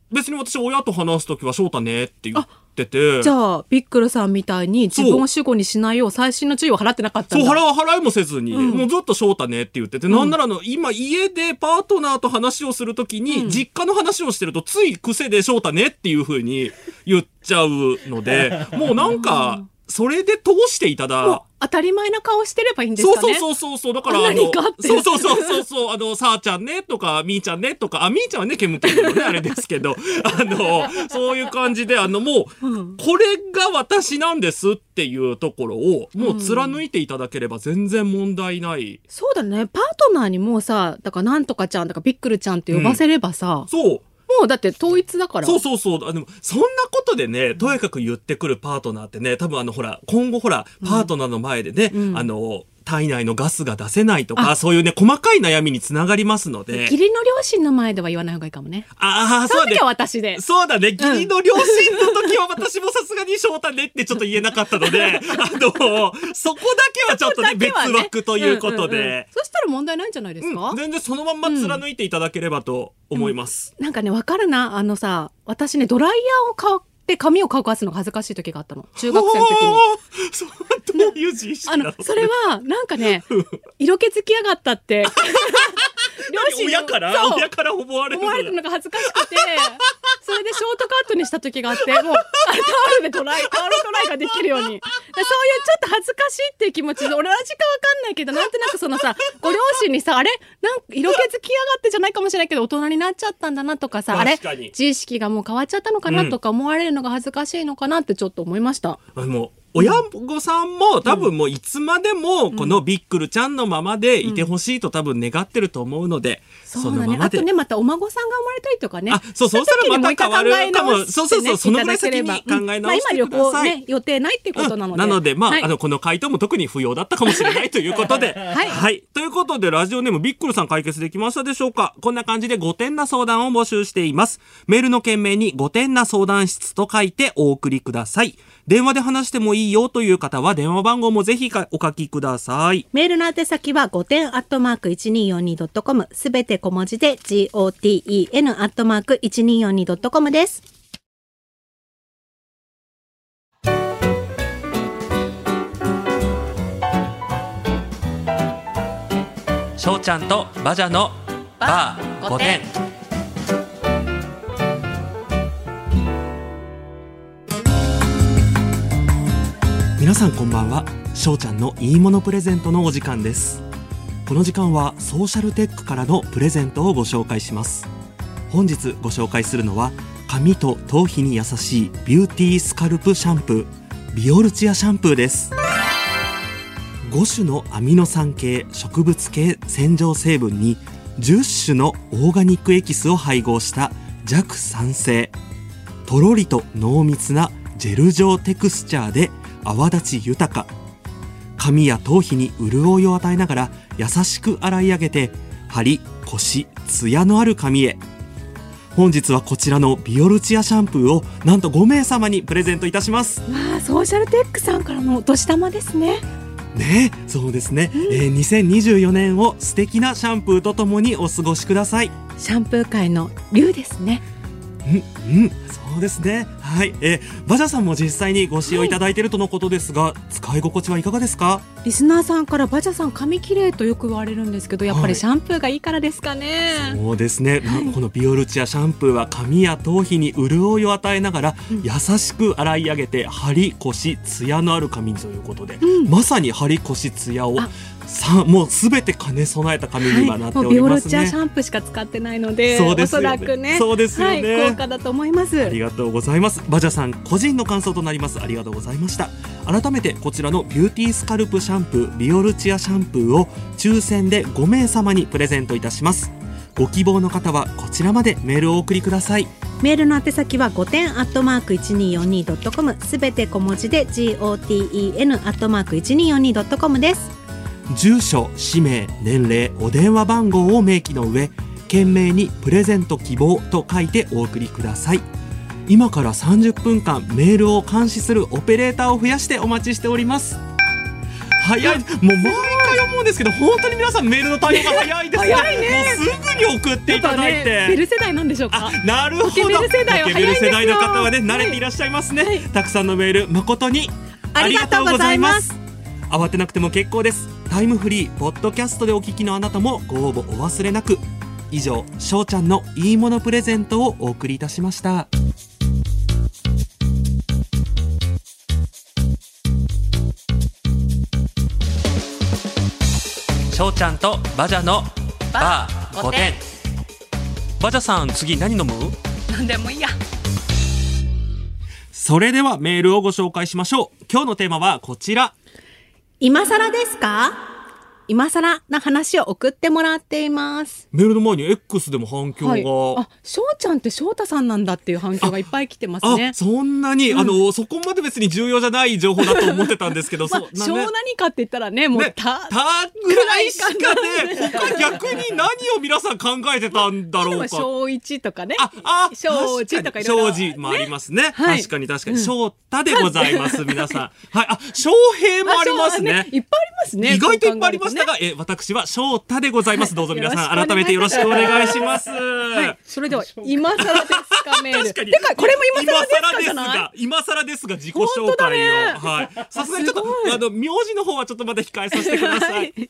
Speaker 2: 別に私、親と話す時は翔太ねって言ってて。
Speaker 3: じゃあ、ビックルさんみたいに自分を主語にしないよう最新の注意を払ってなかったん
Speaker 2: そう、
Speaker 3: だ。
Speaker 2: 払わ払いもせずに、もうずっと翔太ねって言ってて、なんならあの、今家でパートナーと話をするときに、実家の話をしてると、つい癖で翔太ねっていう風に言っちゃうので、もうなんか、それで通していただ、
Speaker 3: 当たり前な顔してればいいんです
Speaker 2: そう
Speaker 3: か
Speaker 2: そう
Speaker 3: ね。
Speaker 2: そうそうそう、だから、
Speaker 3: あ
Speaker 2: あの
Speaker 3: 何かあっ、て
Speaker 2: そうそうそうそうそう、あの、さあちゃんねとか、みーちゃんねとか、あ、みーちゃんはね、煙ってるのね、あれですけど、あの、そういう感じで、あの、もう、これが私なんですっていうところを、もう貫いていただければ全然問題ない。
Speaker 3: そうだね。パートナーにもうさ、だからなんとかちゃんとかビックルちゃんって呼ばせればさ、
Speaker 2: そう。
Speaker 3: もうだって統一だから。
Speaker 2: そうそうそう。あの、そんなことでね、とにかく言ってくるパートナーってね、多分あの、ほら、今後ほら、パートナーの前でね、あの、体内のガスが出せないとか、そういうね、細かい悩みにつながりますので。
Speaker 3: 義理の両親の前では言わない方がいいかもね。
Speaker 2: ああ、
Speaker 3: そ
Speaker 2: そう
Speaker 3: の
Speaker 2: だね
Speaker 3: 時。は私で。
Speaker 2: そうだね。義理の両親の時は私もさすがに翔太ねってちょっと言えなかったの で、あの、そこだけはちょっとね、
Speaker 3: だけ
Speaker 2: 別
Speaker 3: はね
Speaker 2: 枠ということ
Speaker 3: んんうん
Speaker 2: で、
Speaker 3: そしたら問題ないんじゃないですか、
Speaker 2: うん全然そのまんま貫いていただければと思います。
Speaker 3: なんかね、わかるな。あのさ、私ね、ドライヤーを買って髪を乾かすのが恥ずかしい時があったの。中学生の時に。
Speaker 2: に。そう、どういう自意識
Speaker 3: あ
Speaker 2: なの
Speaker 3: の、それは、なん かね、色気づきやがったって。両親に
Speaker 2: 親から
Speaker 3: そう
Speaker 2: 親から思われる
Speaker 3: 思われた
Speaker 2: の
Speaker 3: のが恥ずかしくて、それでショートカットにした時があって、もう、あのタオルでドライ、タオルドライができるように。そういうちょっと恥ずかしいっていう気持ちで、俺味かわかんないけど、なんとなくそのさ、ご両親にさ、あれなんか色気づきやがってじゃないかもしれないけど、大人になっちゃったんだなとかさ、あれ
Speaker 2: 確かに
Speaker 3: 知識がもう変わっちゃったのかなとか思われるのが恥ずかしいのかなってちょっと思いました。
Speaker 2: あの親御さんも多分もういつまでもこのビックルちゃんのままでいてほしいと多分願ってると思うので、
Speaker 3: そうだ
Speaker 2: の
Speaker 3: ね
Speaker 2: ま。ま
Speaker 3: あ
Speaker 2: で
Speaker 3: とね、またお孫さんが生まれたりとかね。
Speaker 2: あそうそう
Speaker 3: した時に
Speaker 2: そしたらまた
Speaker 3: もう一回考え直
Speaker 2: 変わるかもそうそうそう
Speaker 3: してね
Speaker 2: そのぐらい先に考え直して
Speaker 3: いただければうんま
Speaker 2: く
Speaker 3: あ
Speaker 2: だ
Speaker 3: 今
Speaker 2: さい
Speaker 3: 旅行ね、予定ないってことなので。
Speaker 2: まあ、
Speaker 3: はい
Speaker 2: あの、この回答も特に不要だったかもしれないということで。はいということで、ラジオネームビックルさん解決できましたでしょうかこんな感じで5点な相談を募集しています。メールの件名に5点な相談室と書いてお送りください。電話で話してもいいよという方は電話番号もぜひかお書きください。
Speaker 4: メールの宛先は5点アットマーク 1242.com すべて小文字で goten アットマーク 1242.com です。
Speaker 2: しょうちゃんとバジャのバー5点。皆さんこんばんはしょうちゃんのいいものプレゼントのお時間ですこの時間はソーシャルテックからのプレゼントをご紹介します本日ご紹介するのは髪と頭皮に優しいビューティースカルプシャンプービオルチアシャンプーです5種のアミノ酸系植物系洗浄成分に10種のオーガニックエキスを配合した弱酸性とろりと濃密なジェル状テクスチャーで泡立ち豊か髪や頭皮に潤いを与えながら優しく洗い上げて張りコシツヤのある髪へ本日はこちらのビオルチアシャンプーをなんと5名様にプレゼントいたします
Speaker 3: わあソーシャルテックさんからのお年玉ですね
Speaker 2: ねえそうですね、えー2024年を素敵なシャンプーとともにお過ごしください
Speaker 3: シャンプー界の竜ですね
Speaker 2: うん、そうですね。はい、えーバジャさんも実際にご使用いただいているとのことですが、使い心地はいかがですか？
Speaker 3: リスナーさんからバジャさん髪綺麗とよく言われるんですけどやっぱ
Speaker 2: はい
Speaker 3: りシャンプーがいいからですかね、
Speaker 2: そうですね。このビオルチアシャンプーは髪や頭皮に潤いを与えながら、優しく洗い上げて張りコシツヤのある髪にということで、まさに張りコシツヤを
Speaker 3: あ
Speaker 2: さもうすべて兼ね備えた髪にはなって
Speaker 3: も
Speaker 2: お
Speaker 3: う
Speaker 2: り
Speaker 3: ビオ
Speaker 2: ま
Speaker 3: ル
Speaker 2: す
Speaker 3: チ
Speaker 2: ね。
Speaker 3: アシャンプーしか使ってないので
Speaker 2: そうです
Speaker 3: お
Speaker 2: よ
Speaker 3: そ
Speaker 2: ね
Speaker 3: らくね
Speaker 2: そうですよね
Speaker 3: はい、高価だと思いま
Speaker 2: あ
Speaker 3: す
Speaker 2: りがとうございますバジャさん個人の感想となりますありがとうございました改めてこちらのビューティースカルプシャンプービオルチアシャンプーを抽選で5名様にプレゼントいたしますご希望の方はこちらまでメールをお送りください
Speaker 4: メールの宛先は5点アットマーク 1242.com すべて小文字で GOTEN アットマーク 1242.com です
Speaker 2: 住所氏名年齢お電話番号を明記の上件名に「プレゼント希望」と書いてお送りください今から30分間メールを監視するオペレーターを増やしてお待ちしております早いもう毎回思うんですけど本当に皆さんメールの対応が早いですね
Speaker 3: 早いね
Speaker 2: もうすぐに送っていただいて、
Speaker 3: やっぱねベル世代なんでしょうか
Speaker 2: あなるほど
Speaker 3: ポケベル世代は
Speaker 2: ポケベル
Speaker 3: 早いですよ
Speaker 2: 世代の方はね慣れていらっしゃいますね、
Speaker 3: はい
Speaker 2: たくさんのメール誠に
Speaker 4: ありがとうございます
Speaker 2: 慌てなくても結構ですタイムフリーポッドキャストでお聞きのあなたもご応募お忘れなく以上しょうちゃんのいいものプレゼントをお送りいたしましたしょうちゃんとバジャのバー5点バジャさん次何飲む
Speaker 3: なんでもいいや
Speaker 2: それではメールをご紹介しましょう今日のテーマはこちら
Speaker 4: 今更ですか今更な話を送ってもらっています
Speaker 2: メールの前に X でも反響が、
Speaker 3: はい、あ、翔ちゃんって翔太さんなんだっていう反響がいっぱい来てます
Speaker 2: あ、
Speaker 3: ね
Speaker 2: そんなに、あの、そこまで別に重要じゃない情報だと思ってたんですけど、
Speaker 3: ま
Speaker 2: そ、
Speaker 3: あ
Speaker 2: んな
Speaker 3: 小
Speaker 2: ね。
Speaker 3: 何かって言ったらねもう
Speaker 2: ね、
Speaker 3: た、
Speaker 2: ぐらいしかね、他逆に何を皆さん考えてたんだ
Speaker 3: で
Speaker 2: ろ
Speaker 3: も
Speaker 2: うか。
Speaker 3: 小一とかね
Speaker 2: あ、あ、
Speaker 3: 小児とかいろいろ
Speaker 2: 確に小児もありますね。
Speaker 3: はい
Speaker 2: 確かに確かに。翔太でござい ます、皆さん。はい、あ、翔平もあります
Speaker 3: あそうだ
Speaker 2: ね。
Speaker 3: いっぱいありますね
Speaker 2: 意外といっぱいありました
Speaker 3: そう考
Speaker 2: が、え私は翔太でございます。どうぞ皆さ
Speaker 3: よろ
Speaker 2: ん、改
Speaker 3: しくお願い
Speaker 2: めてよろしくお願いします。
Speaker 3: えるとはいそれでは今更ですかメール
Speaker 2: 確かに。
Speaker 3: てかこれも今更ですかじゃない
Speaker 2: 今更ですが、今更ですが自己
Speaker 3: 本当
Speaker 2: 紹
Speaker 3: だ
Speaker 2: 介
Speaker 3: ね
Speaker 2: を。はい。さすがにちょっと
Speaker 3: すごい、
Speaker 2: あの、名字の方はちょっとまだ控えさせてください。
Speaker 3: はい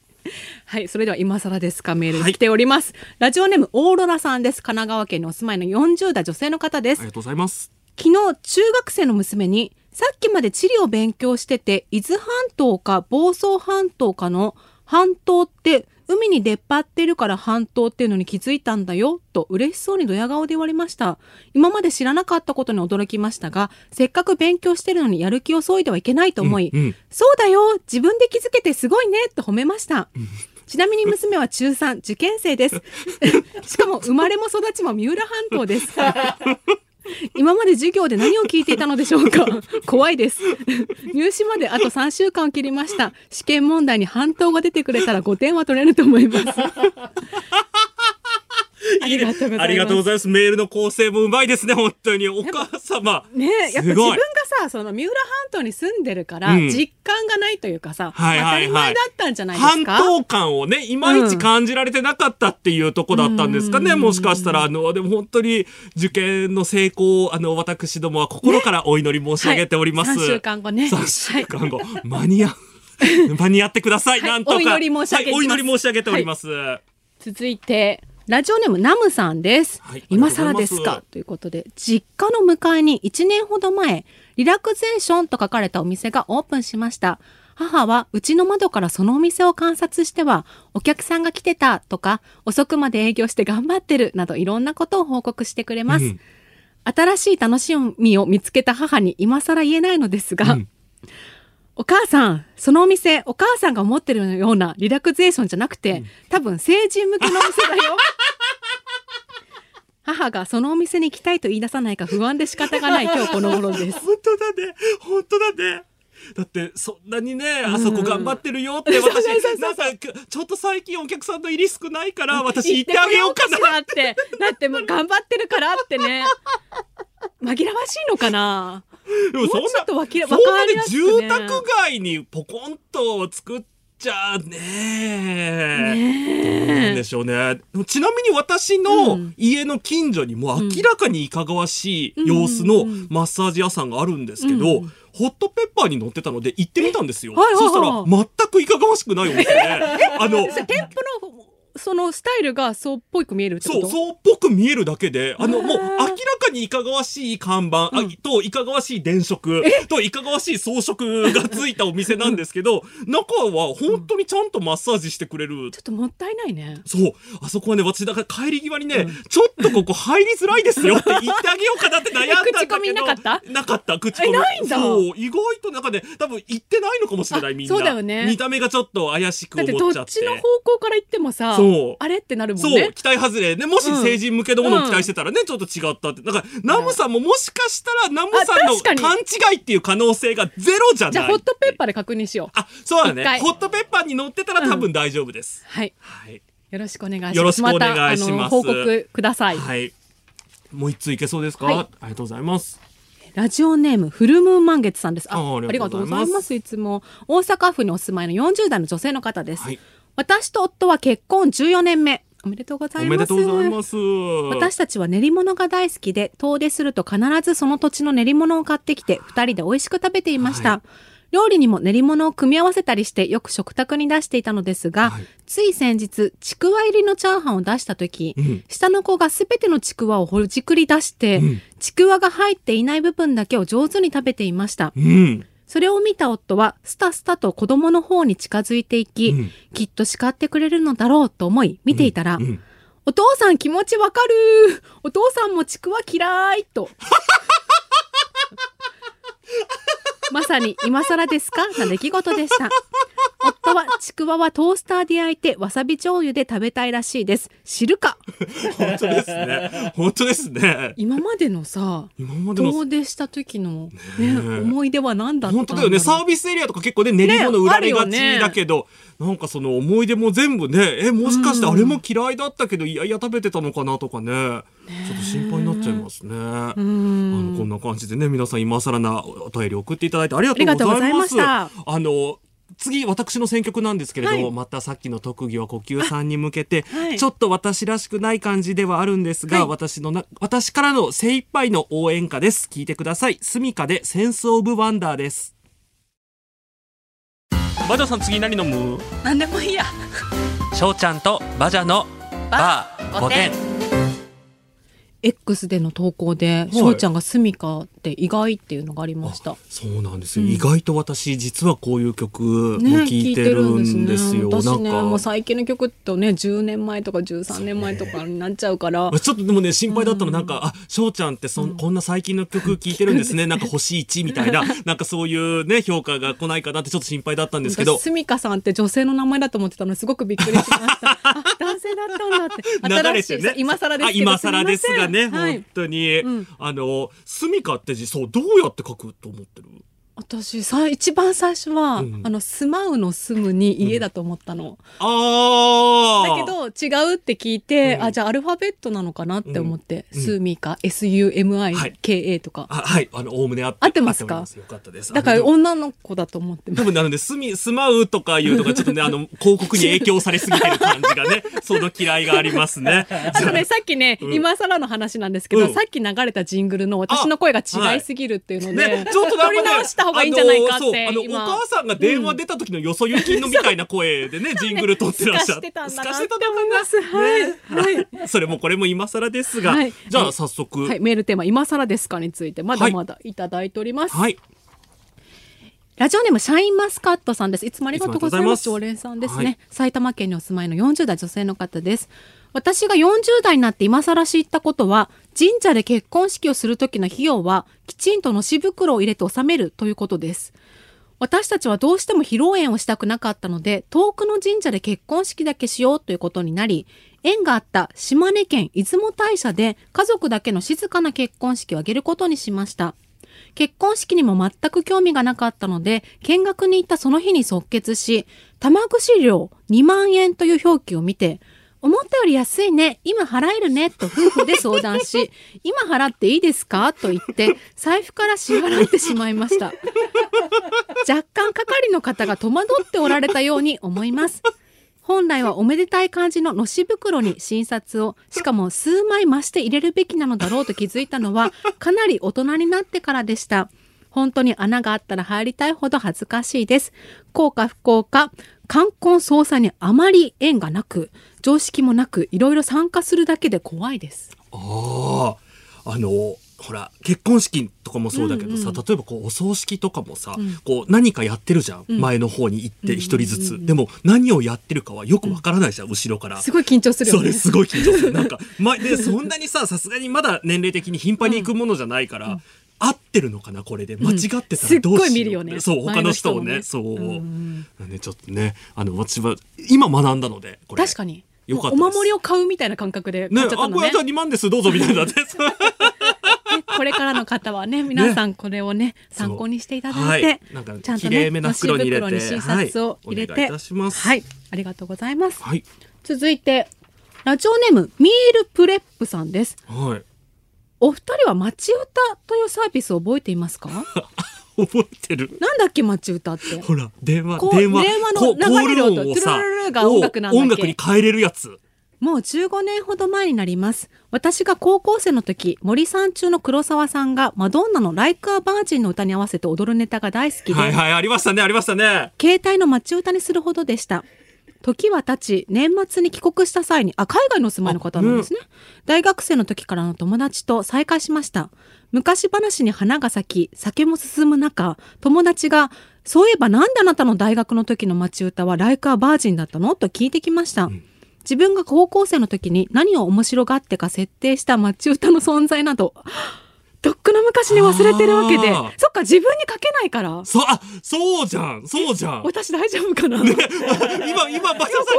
Speaker 3: はい、それでは今更ですかメール
Speaker 2: はい
Speaker 3: 来ております、ラジオネームオーロラさんです神奈川県にお住まいの40代女性の方で
Speaker 2: あ
Speaker 3: す
Speaker 2: りがとうございます。
Speaker 3: 昨日中学生の娘にさっきまで地理を勉強してて伊豆半島か房総半島かの半島って海に出っ張ってるから半島っていうのに気づいたんだよと嬉しそうにドヤ顔で言われました今まで知らなかったことに驚きましたがせっかく勉強してるのにやる気を削いではいけないと思い、
Speaker 2: うんうん
Speaker 3: そうだよ自分で気づけてすごいねと褒めましたちなみに娘は中3受験生です しかも生まれも育ちも三浦半島です今まで授業で何を聞いていたのでしょうか 怖いです入試まであと3週間を切りました試験問題に半島が出てくれたら5点は取れると思います ありがとうございます
Speaker 2: ありがとうございます。メールの構成もうまいですね、本当に。お母様。
Speaker 3: ねえやっぱ
Speaker 2: す
Speaker 3: 自分
Speaker 2: ご
Speaker 3: が
Speaker 2: い。
Speaker 3: さその三浦半島に住んでるから、
Speaker 2: うん
Speaker 3: 実感がないというかさ、
Speaker 2: はいはいはい
Speaker 3: 当たり前だったんじゃないです
Speaker 2: 半
Speaker 3: か
Speaker 2: 島感をね、いまいち感じられてなかったっていうとこだったんですかね、もしかしたら、あの、でも本当に受験の成功を、あの、私どもは心からお祈り申し上げております。
Speaker 3: はい三週間後ね
Speaker 2: 3週間後。間に合う。 間に合ってください、
Speaker 3: はい
Speaker 2: なんとか。
Speaker 3: お祈り申し上げて
Speaker 2: はいお祈り申し上げております。
Speaker 3: 続いてラジオネームナムさんです。
Speaker 2: はい
Speaker 3: 今更ですかということで、実家の向かいに1年ほど前、リラクゼーションと書かれたお店がオープンしました。母はうちの窓からそのお店を観察しては、お客さんが来てたとか、遅くまで営業して頑張ってるなどいろんなことを報告してくれます。
Speaker 2: うん
Speaker 3: 新しい楽しみを見つけた母に今更言えないのですが、お母さん、そのお店、お母さんが思ってるようなリラクゼーションじゃなくて、多分成人向けのお店だ よ。母がそのお店に行きたいと言い出さないか不安で仕方がない今日この頃です。
Speaker 2: 本当だね本当だねだってそんなにねあそこ頑張ってるよって私なんかちょっと最近お客さんの入り少ないから私行ってあげようかな
Speaker 3: 行ってみようかしらって。だってもう頑張ってるからってね。紛らわしいのかな
Speaker 2: でもそん
Speaker 3: もうちょっとわき
Speaker 2: な
Speaker 3: ら
Speaker 2: そ
Speaker 3: わか
Speaker 2: ん
Speaker 3: り
Speaker 2: な
Speaker 3: や
Speaker 2: に
Speaker 3: すく
Speaker 2: 住
Speaker 3: ね
Speaker 2: 宅街にポコンと作っちゃねえなんでしょうねちなみに私
Speaker 3: う
Speaker 2: の
Speaker 3: ん
Speaker 2: 家の近所にも明らかにいかがわしい様子のマッサージ屋さんがあるんですけど、ホットペッパーに乗ってたので行ってみたんですよ。
Speaker 3: えはいはいはい
Speaker 2: そしたら全くいかがわしくないお店で、あの、
Speaker 3: それ店舗のそのスタイルがそうっぽいく見えるってこ
Speaker 2: そ
Speaker 3: と
Speaker 2: う、そうっぽく見えるだけで、あの、
Speaker 3: へー
Speaker 2: もう明らかにいかがわしい看板、あと、いかがわしい電飾、と、いかがわしい装飾がついたお店なんですけ ど、中は本当にちゃんとマッサージしてくれる
Speaker 3: ちょっともったいないね。
Speaker 2: そう。あそこはね、私、だから帰り際にね、ちょっとここ入りづらいですよって言ってあげようかなって悩んだんだけど。
Speaker 3: え口コミなかった
Speaker 2: なかった、口コミ。
Speaker 3: えないんだ
Speaker 2: そう。意外となんかね、多分行ってないのかもしれない、
Speaker 3: あ
Speaker 2: みんな。
Speaker 3: そうだよね
Speaker 2: 見た目がちょっと怪しく
Speaker 3: だ
Speaker 2: 思っ
Speaker 3: っ
Speaker 2: ち
Speaker 3: て
Speaker 2: ゃ
Speaker 3: ど
Speaker 2: って。
Speaker 3: っちの方向から行ってもさ
Speaker 2: そう、
Speaker 3: あれってなるもん
Speaker 2: そう、
Speaker 3: ね。
Speaker 2: 期待外れ。ね、もし
Speaker 3: うん
Speaker 2: 成人向けのものを期待してたらね、ちょっと違ったって。だから、ナムさんももしかしたら、ナムさんの
Speaker 3: 確かに
Speaker 2: 勘違いっていう可能性がゼロじゃない。
Speaker 3: じゃあホットペッパーで確認しよう。
Speaker 2: あ、そうだ
Speaker 3: 一
Speaker 2: ね。
Speaker 3: 回
Speaker 2: ホットペッパーに乗ってたら多分大丈夫です。
Speaker 3: はい。
Speaker 2: はい。
Speaker 3: よろしくお願いします。
Speaker 2: よろしくお願いします
Speaker 3: たあの報告ください。
Speaker 2: はい。もう一通いけそうですか、
Speaker 3: はい
Speaker 2: ありがとうございます。
Speaker 3: ラジオネームフルムーン満月さんです。あ
Speaker 2: ああ
Speaker 3: あ
Speaker 2: り
Speaker 3: り
Speaker 2: が
Speaker 3: が
Speaker 2: と
Speaker 3: と
Speaker 2: う
Speaker 3: う
Speaker 2: ご
Speaker 3: ご
Speaker 2: ざ
Speaker 3: ざ
Speaker 2: います
Speaker 3: います。いつも大阪府にお住まいの40代の女性の方です。
Speaker 2: はい
Speaker 3: 私と夫は結婚14年目。おめでとうござ
Speaker 2: お
Speaker 3: いま
Speaker 2: め
Speaker 3: す。
Speaker 2: でとうございます。
Speaker 3: 私たちは練り物が大好きで遠出すると必ずその土地の練り物を買ってきて2人で美味しく食べていました、
Speaker 2: は
Speaker 3: 料理にも練り物を組み合わせたりしてよく食卓に出していたのですが、
Speaker 2: はい
Speaker 3: つい先日ちくわ入りのチャーハンを出した時、
Speaker 2: ん
Speaker 3: 下の子が全てのちくわをほじくり出して、ちくわが入っていない部分だけを上手に食べていました
Speaker 2: うん。
Speaker 3: それを見た夫はスタスタと子供の方に近づいていき、
Speaker 2: うん
Speaker 3: きっと叱ってくれるのだろうと思い見ていたら、
Speaker 2: うん
Speaker 3: お父さん気持ちわかるお父さんもちくわ嫌いと。 まさに今更ですかな出来事でした。夫はちくわはトースターで焼いてわさび醤油で食べたいらしいです。知るか
Speaker 2: 本当ですね。本当ですね。
Speaker 3: 今までのさ、
Speaker 2: 今までの。
Speaker 3: 遠出した時の、ね、
Speaker 2: ねえ
Speaker 3: 思い出は何だったん
Speaker 2: 本
Speaker 3: だ
Speaker 2: 当
Speaker 3: ろう
Speaker 2: だよね。サービスエリアとか結構ね、練り物売られがちだけど、なんかその思い出も全部ね、え、もしかしてあれも嫌いだったけど、いやいや食べてたのかなとかね、ちょっと心配になっちゃいますね。あのこんな感じでね、皆さん今更なお便り送っていただいてありがとうございます。
Speaker 3: ありがとうございま
Speaker 2: あの、次、私の選曲なんですけれども、
Speaker 3: はい
Speaker 2: またさっきの特技は呼吸さんに向けて、
Speaker 3: はい
Speaker 2: ちょっと私らしくない感じではあるんですが、
Speaker 3: はい
Speaker 2: 私のな、私からの精一杯の応援歌です。聞いてください。スミカでセンスオブワンダーです。バジョさん次何飲む
Speaker 3: 何でもいいや。
Speaker 2: 翔ちゃんとバジャのバー5点。
Speaker 3: X での投稿で、しょうちゃんがスミカって意外っていうのがありました。
Speaker 2: そうなんですよ、意外と私実はこういう曲も聞いてるんですよ。
Speaker 3: 私
Speaker 2: なん
Speaker 3: ね、
Speaker 2: か
Speaker 3: もう最近の曲とね、10年前とか13年前とかになっちゃうから、
Speaker 2: まあちょっとでもね、心配だったの、なんか、あ、翔ちゃんってそん、こんな最近の曲聴いてるんですね。なんか星1みた いな、なんかそういうね、評価が来ないかなってちょっと心配だったんですけど
Speaker 3: 私、スミカさんって女性の名前だと思ってたのすごくびっくりしま した。あ男性だったんだって。
Speaker 2: 流れ
Speaker 3: 新してい、
Speaker 2: ね。
Speaker 3: 今更で
Speaker 2: あ
Speaker 3: すけど。
Speaker 2: 今更ですがね、
Speaker 3: すみませんはい
Speaker 2: 本。当に。あの、スミカって字、そう、どうやって書くと思ってる
Speaker 3: 私さ、一番最初は、あの、住まうの住むに家だと思ったの。
Speaker 2: あ
Speaker 3: だ
Speaker 2: あ
Speaker 3: けど、違うって聞いて、
Speaker 2: うん
Speaker 3: あ、じゃあアルファベットなのかなって思って、スミカ、S-U-M-I-K-A とか。
Speaker 2: あはい、あの、おおむねあって
Speaker 3: 合ってますか
Speaker 2: 合おりよかったです。
Speaker 3: だから
Speaker 2: あの
Speaker 3: 女の子だと思ってます
Speaker 2: 多分なので、すみ、すまうとかいうとか、ちょっとね、あの、広告に影響されすぎてる感じが ね、その嫌いがありますね。
Speaker 3: あとね、さっきね、
Speaker 2: ん
Speaker 3: 今更の話なんですけど、
Speaker 2: うん
Speaker 3: さっき流れたジングルの私の声が違いすぎるっていうので、
Speaker 2: ね、ちょっとなんかね
Speaker 3: 取り直した方がいいんじゃないかって、
Speaker 2: あのそうあ
Speaker 3: 今
Speaker 2: のお母さんが電話出た時のよそ行きのみたいな声でね、ジングル撮ってらっしゃ って。
Speaker 3: すか
Speaker 2: す
Speaker 3: し
Speaker 2: かしててた
Speaker 3: たん
Speaker 2: のか
Speaker 3: だなって思います
Speaker 2: な。ねそれもこれも今更ですが、
Speaker 3: はい
Speaker 2: じゃ
Speaker 3: は
Speaker 2: あ
Speaker 3: い
Speaker 2: 早速。
Speaker 3: はい、メールテーマ「今更ですか?」についてまだまだいただいております、
Speaker 2: はい。
Speaker 3: ラジオネームシャインマスカットさんです。いつもありがとうございます。
Speaker 2: いつもあ
Speaker 3: 常
Speaker 2: り
Speaker 3: 連
Speaker 2: がと
Speaker 3: さ
Speaker 2: うんござ
Speaker 3: で
Speaker 2: います
Speaker 3: すね、埼玉県にお住まいの40代女性の方です。私が40代になって今更知ったことは、神社で結婚式をする時の費用は、きちんとのし袋を入れて納めるということです。私たちはどうしても披露宴をしたくなかったので、遠くの神社で結婚式だけしようということになり、縁があった島根県出雲大社で家族だけの静かな結婚式を挙げることにしました。結婚式にも全く興味がなかったので、見学に行ったその日に即決し、玉串料2万円という表記を見て、思ったより安いね、今払えるね、と夫婦で相談し、今払っていいですかと言って、財布から支払ってしまいました。若干係の方が戸惑っておられたように思います。本来はおめでたい感じののし袋に診察を、しかも数枚増して入れるべきなのだろうと気づいたのは、かなり大人になってからでした。本当に穴があったら入りたいほど恥ずかしいです。幸か不幸か、冠婚葬祭にあまり縁がなく、常識もなく、いろいろ参加するだけで怖いです。
Speaker 2: ああ、あの、ほら、結婚式とかもそうだけどさ、例えばこう、お葬式とかもさ、こう、何かやってるじゃん。前の方に行って、一人ずつ、でも、何をやってるかはよくわからないじゃん、後ろから。
Speaker 3: すごい緊張するよ
Speaker 2: それ
Speaker 3: ね。
Speaker 2: すごい緊張する。なんか、ま、で、そんなにさ、さすがにまだ年齢的に頻繁に行くものじゃないから、合ってるのかなこれで間違ってた
Speaker 3: すっ
Speaker 2: らどうしよう、
Speaker 3: ごい見るよね
Speaker 2: そう他の人を
Speaker 3: 前
Speaker 2: ね
Speaker 3: の人
Speaker 2: そ
Speaker 3: もね
Speaker 2: う、ねちょっとねあの私は今学んだのでこれ
Speaker 3: 確かに。
Speaker 2: よかった
Speaker 3: お
Speaker 2: です
Speaker 3: 守りを買うみたいな感覚で
Speaker 2: ね
Speaker 3: 買っちゃった
Speaker 2: あ
Speaker 3: の
Speaker 2: こ
Speaker 3: ね。
Speaker 2: れじゃあ2万ですどうぞみたいなね
Speaker 3: ねこれからの方はね、皆さんこれをね、参考にしていただい
Speaker 2: は
Speaker 3: て
Speaker 2: い、なんか
Speaker 3: ちゃんと
Speaker 2: きれ
Speaker 3: ね、
Speaker 2: いめな袋に入れて
Speaker 3: のし袋に診察を入れて、
Speaker 2: はいお願いいたします
Speaker 3: はい、ありがとうございます。
Speaker 2: はい
Speaker 3: 続いて、ラジオネーム、ミールプレップさんです。
Speaker 2: はい
Speaker 3: お二人は街歌というサービスを覚えています か
Speaker 2: 覚えてる
Speaker 3: なんだっけ、街歌って。
Speaker 2: ほら電話
Speaker 3: こう
Speaker 2: 電話
Speaker 3: 電話の
Speaker 2: こう
Speaker 3: 流れる音
Speaker 2: コールをさ
Speaker 3: トゥルルルルが音楽なんだっけ
Speaker 2: を音楽に変えれるやつ
Speaker 3: もう15年ほど前になります。私が高校生の時、森三中の黒沢さんがマドンナの Like a Virgin の歌に合わせて踊るネタが大好きで、
Speaker 2: はいはいありましたねありましたね
Speaker 3: 携帯の待ち歌にするほどでした。時は経ち、年末に帰国した際に、あ、海外のお住まいの方なんですね。大学生の時からの友達と再会しました。昔話に花が咲き、酒も進む中、友達が、そういえばなんであなたの大学の時の待ち歌はライカーバージンだったのと聞いてきました。自分が高校生の時に何を面白がってか設定した待ち歌の存在など、とっくの昔に忘れてるわけで
Speaker 2: あー、
Speaker 3: そっか自分に書けないから、
Speaker 2: そうあそうじゃんそうじゃん
Speaker 3: 私大丈夫かな、
Speaker 2: 今、今、バシャさんに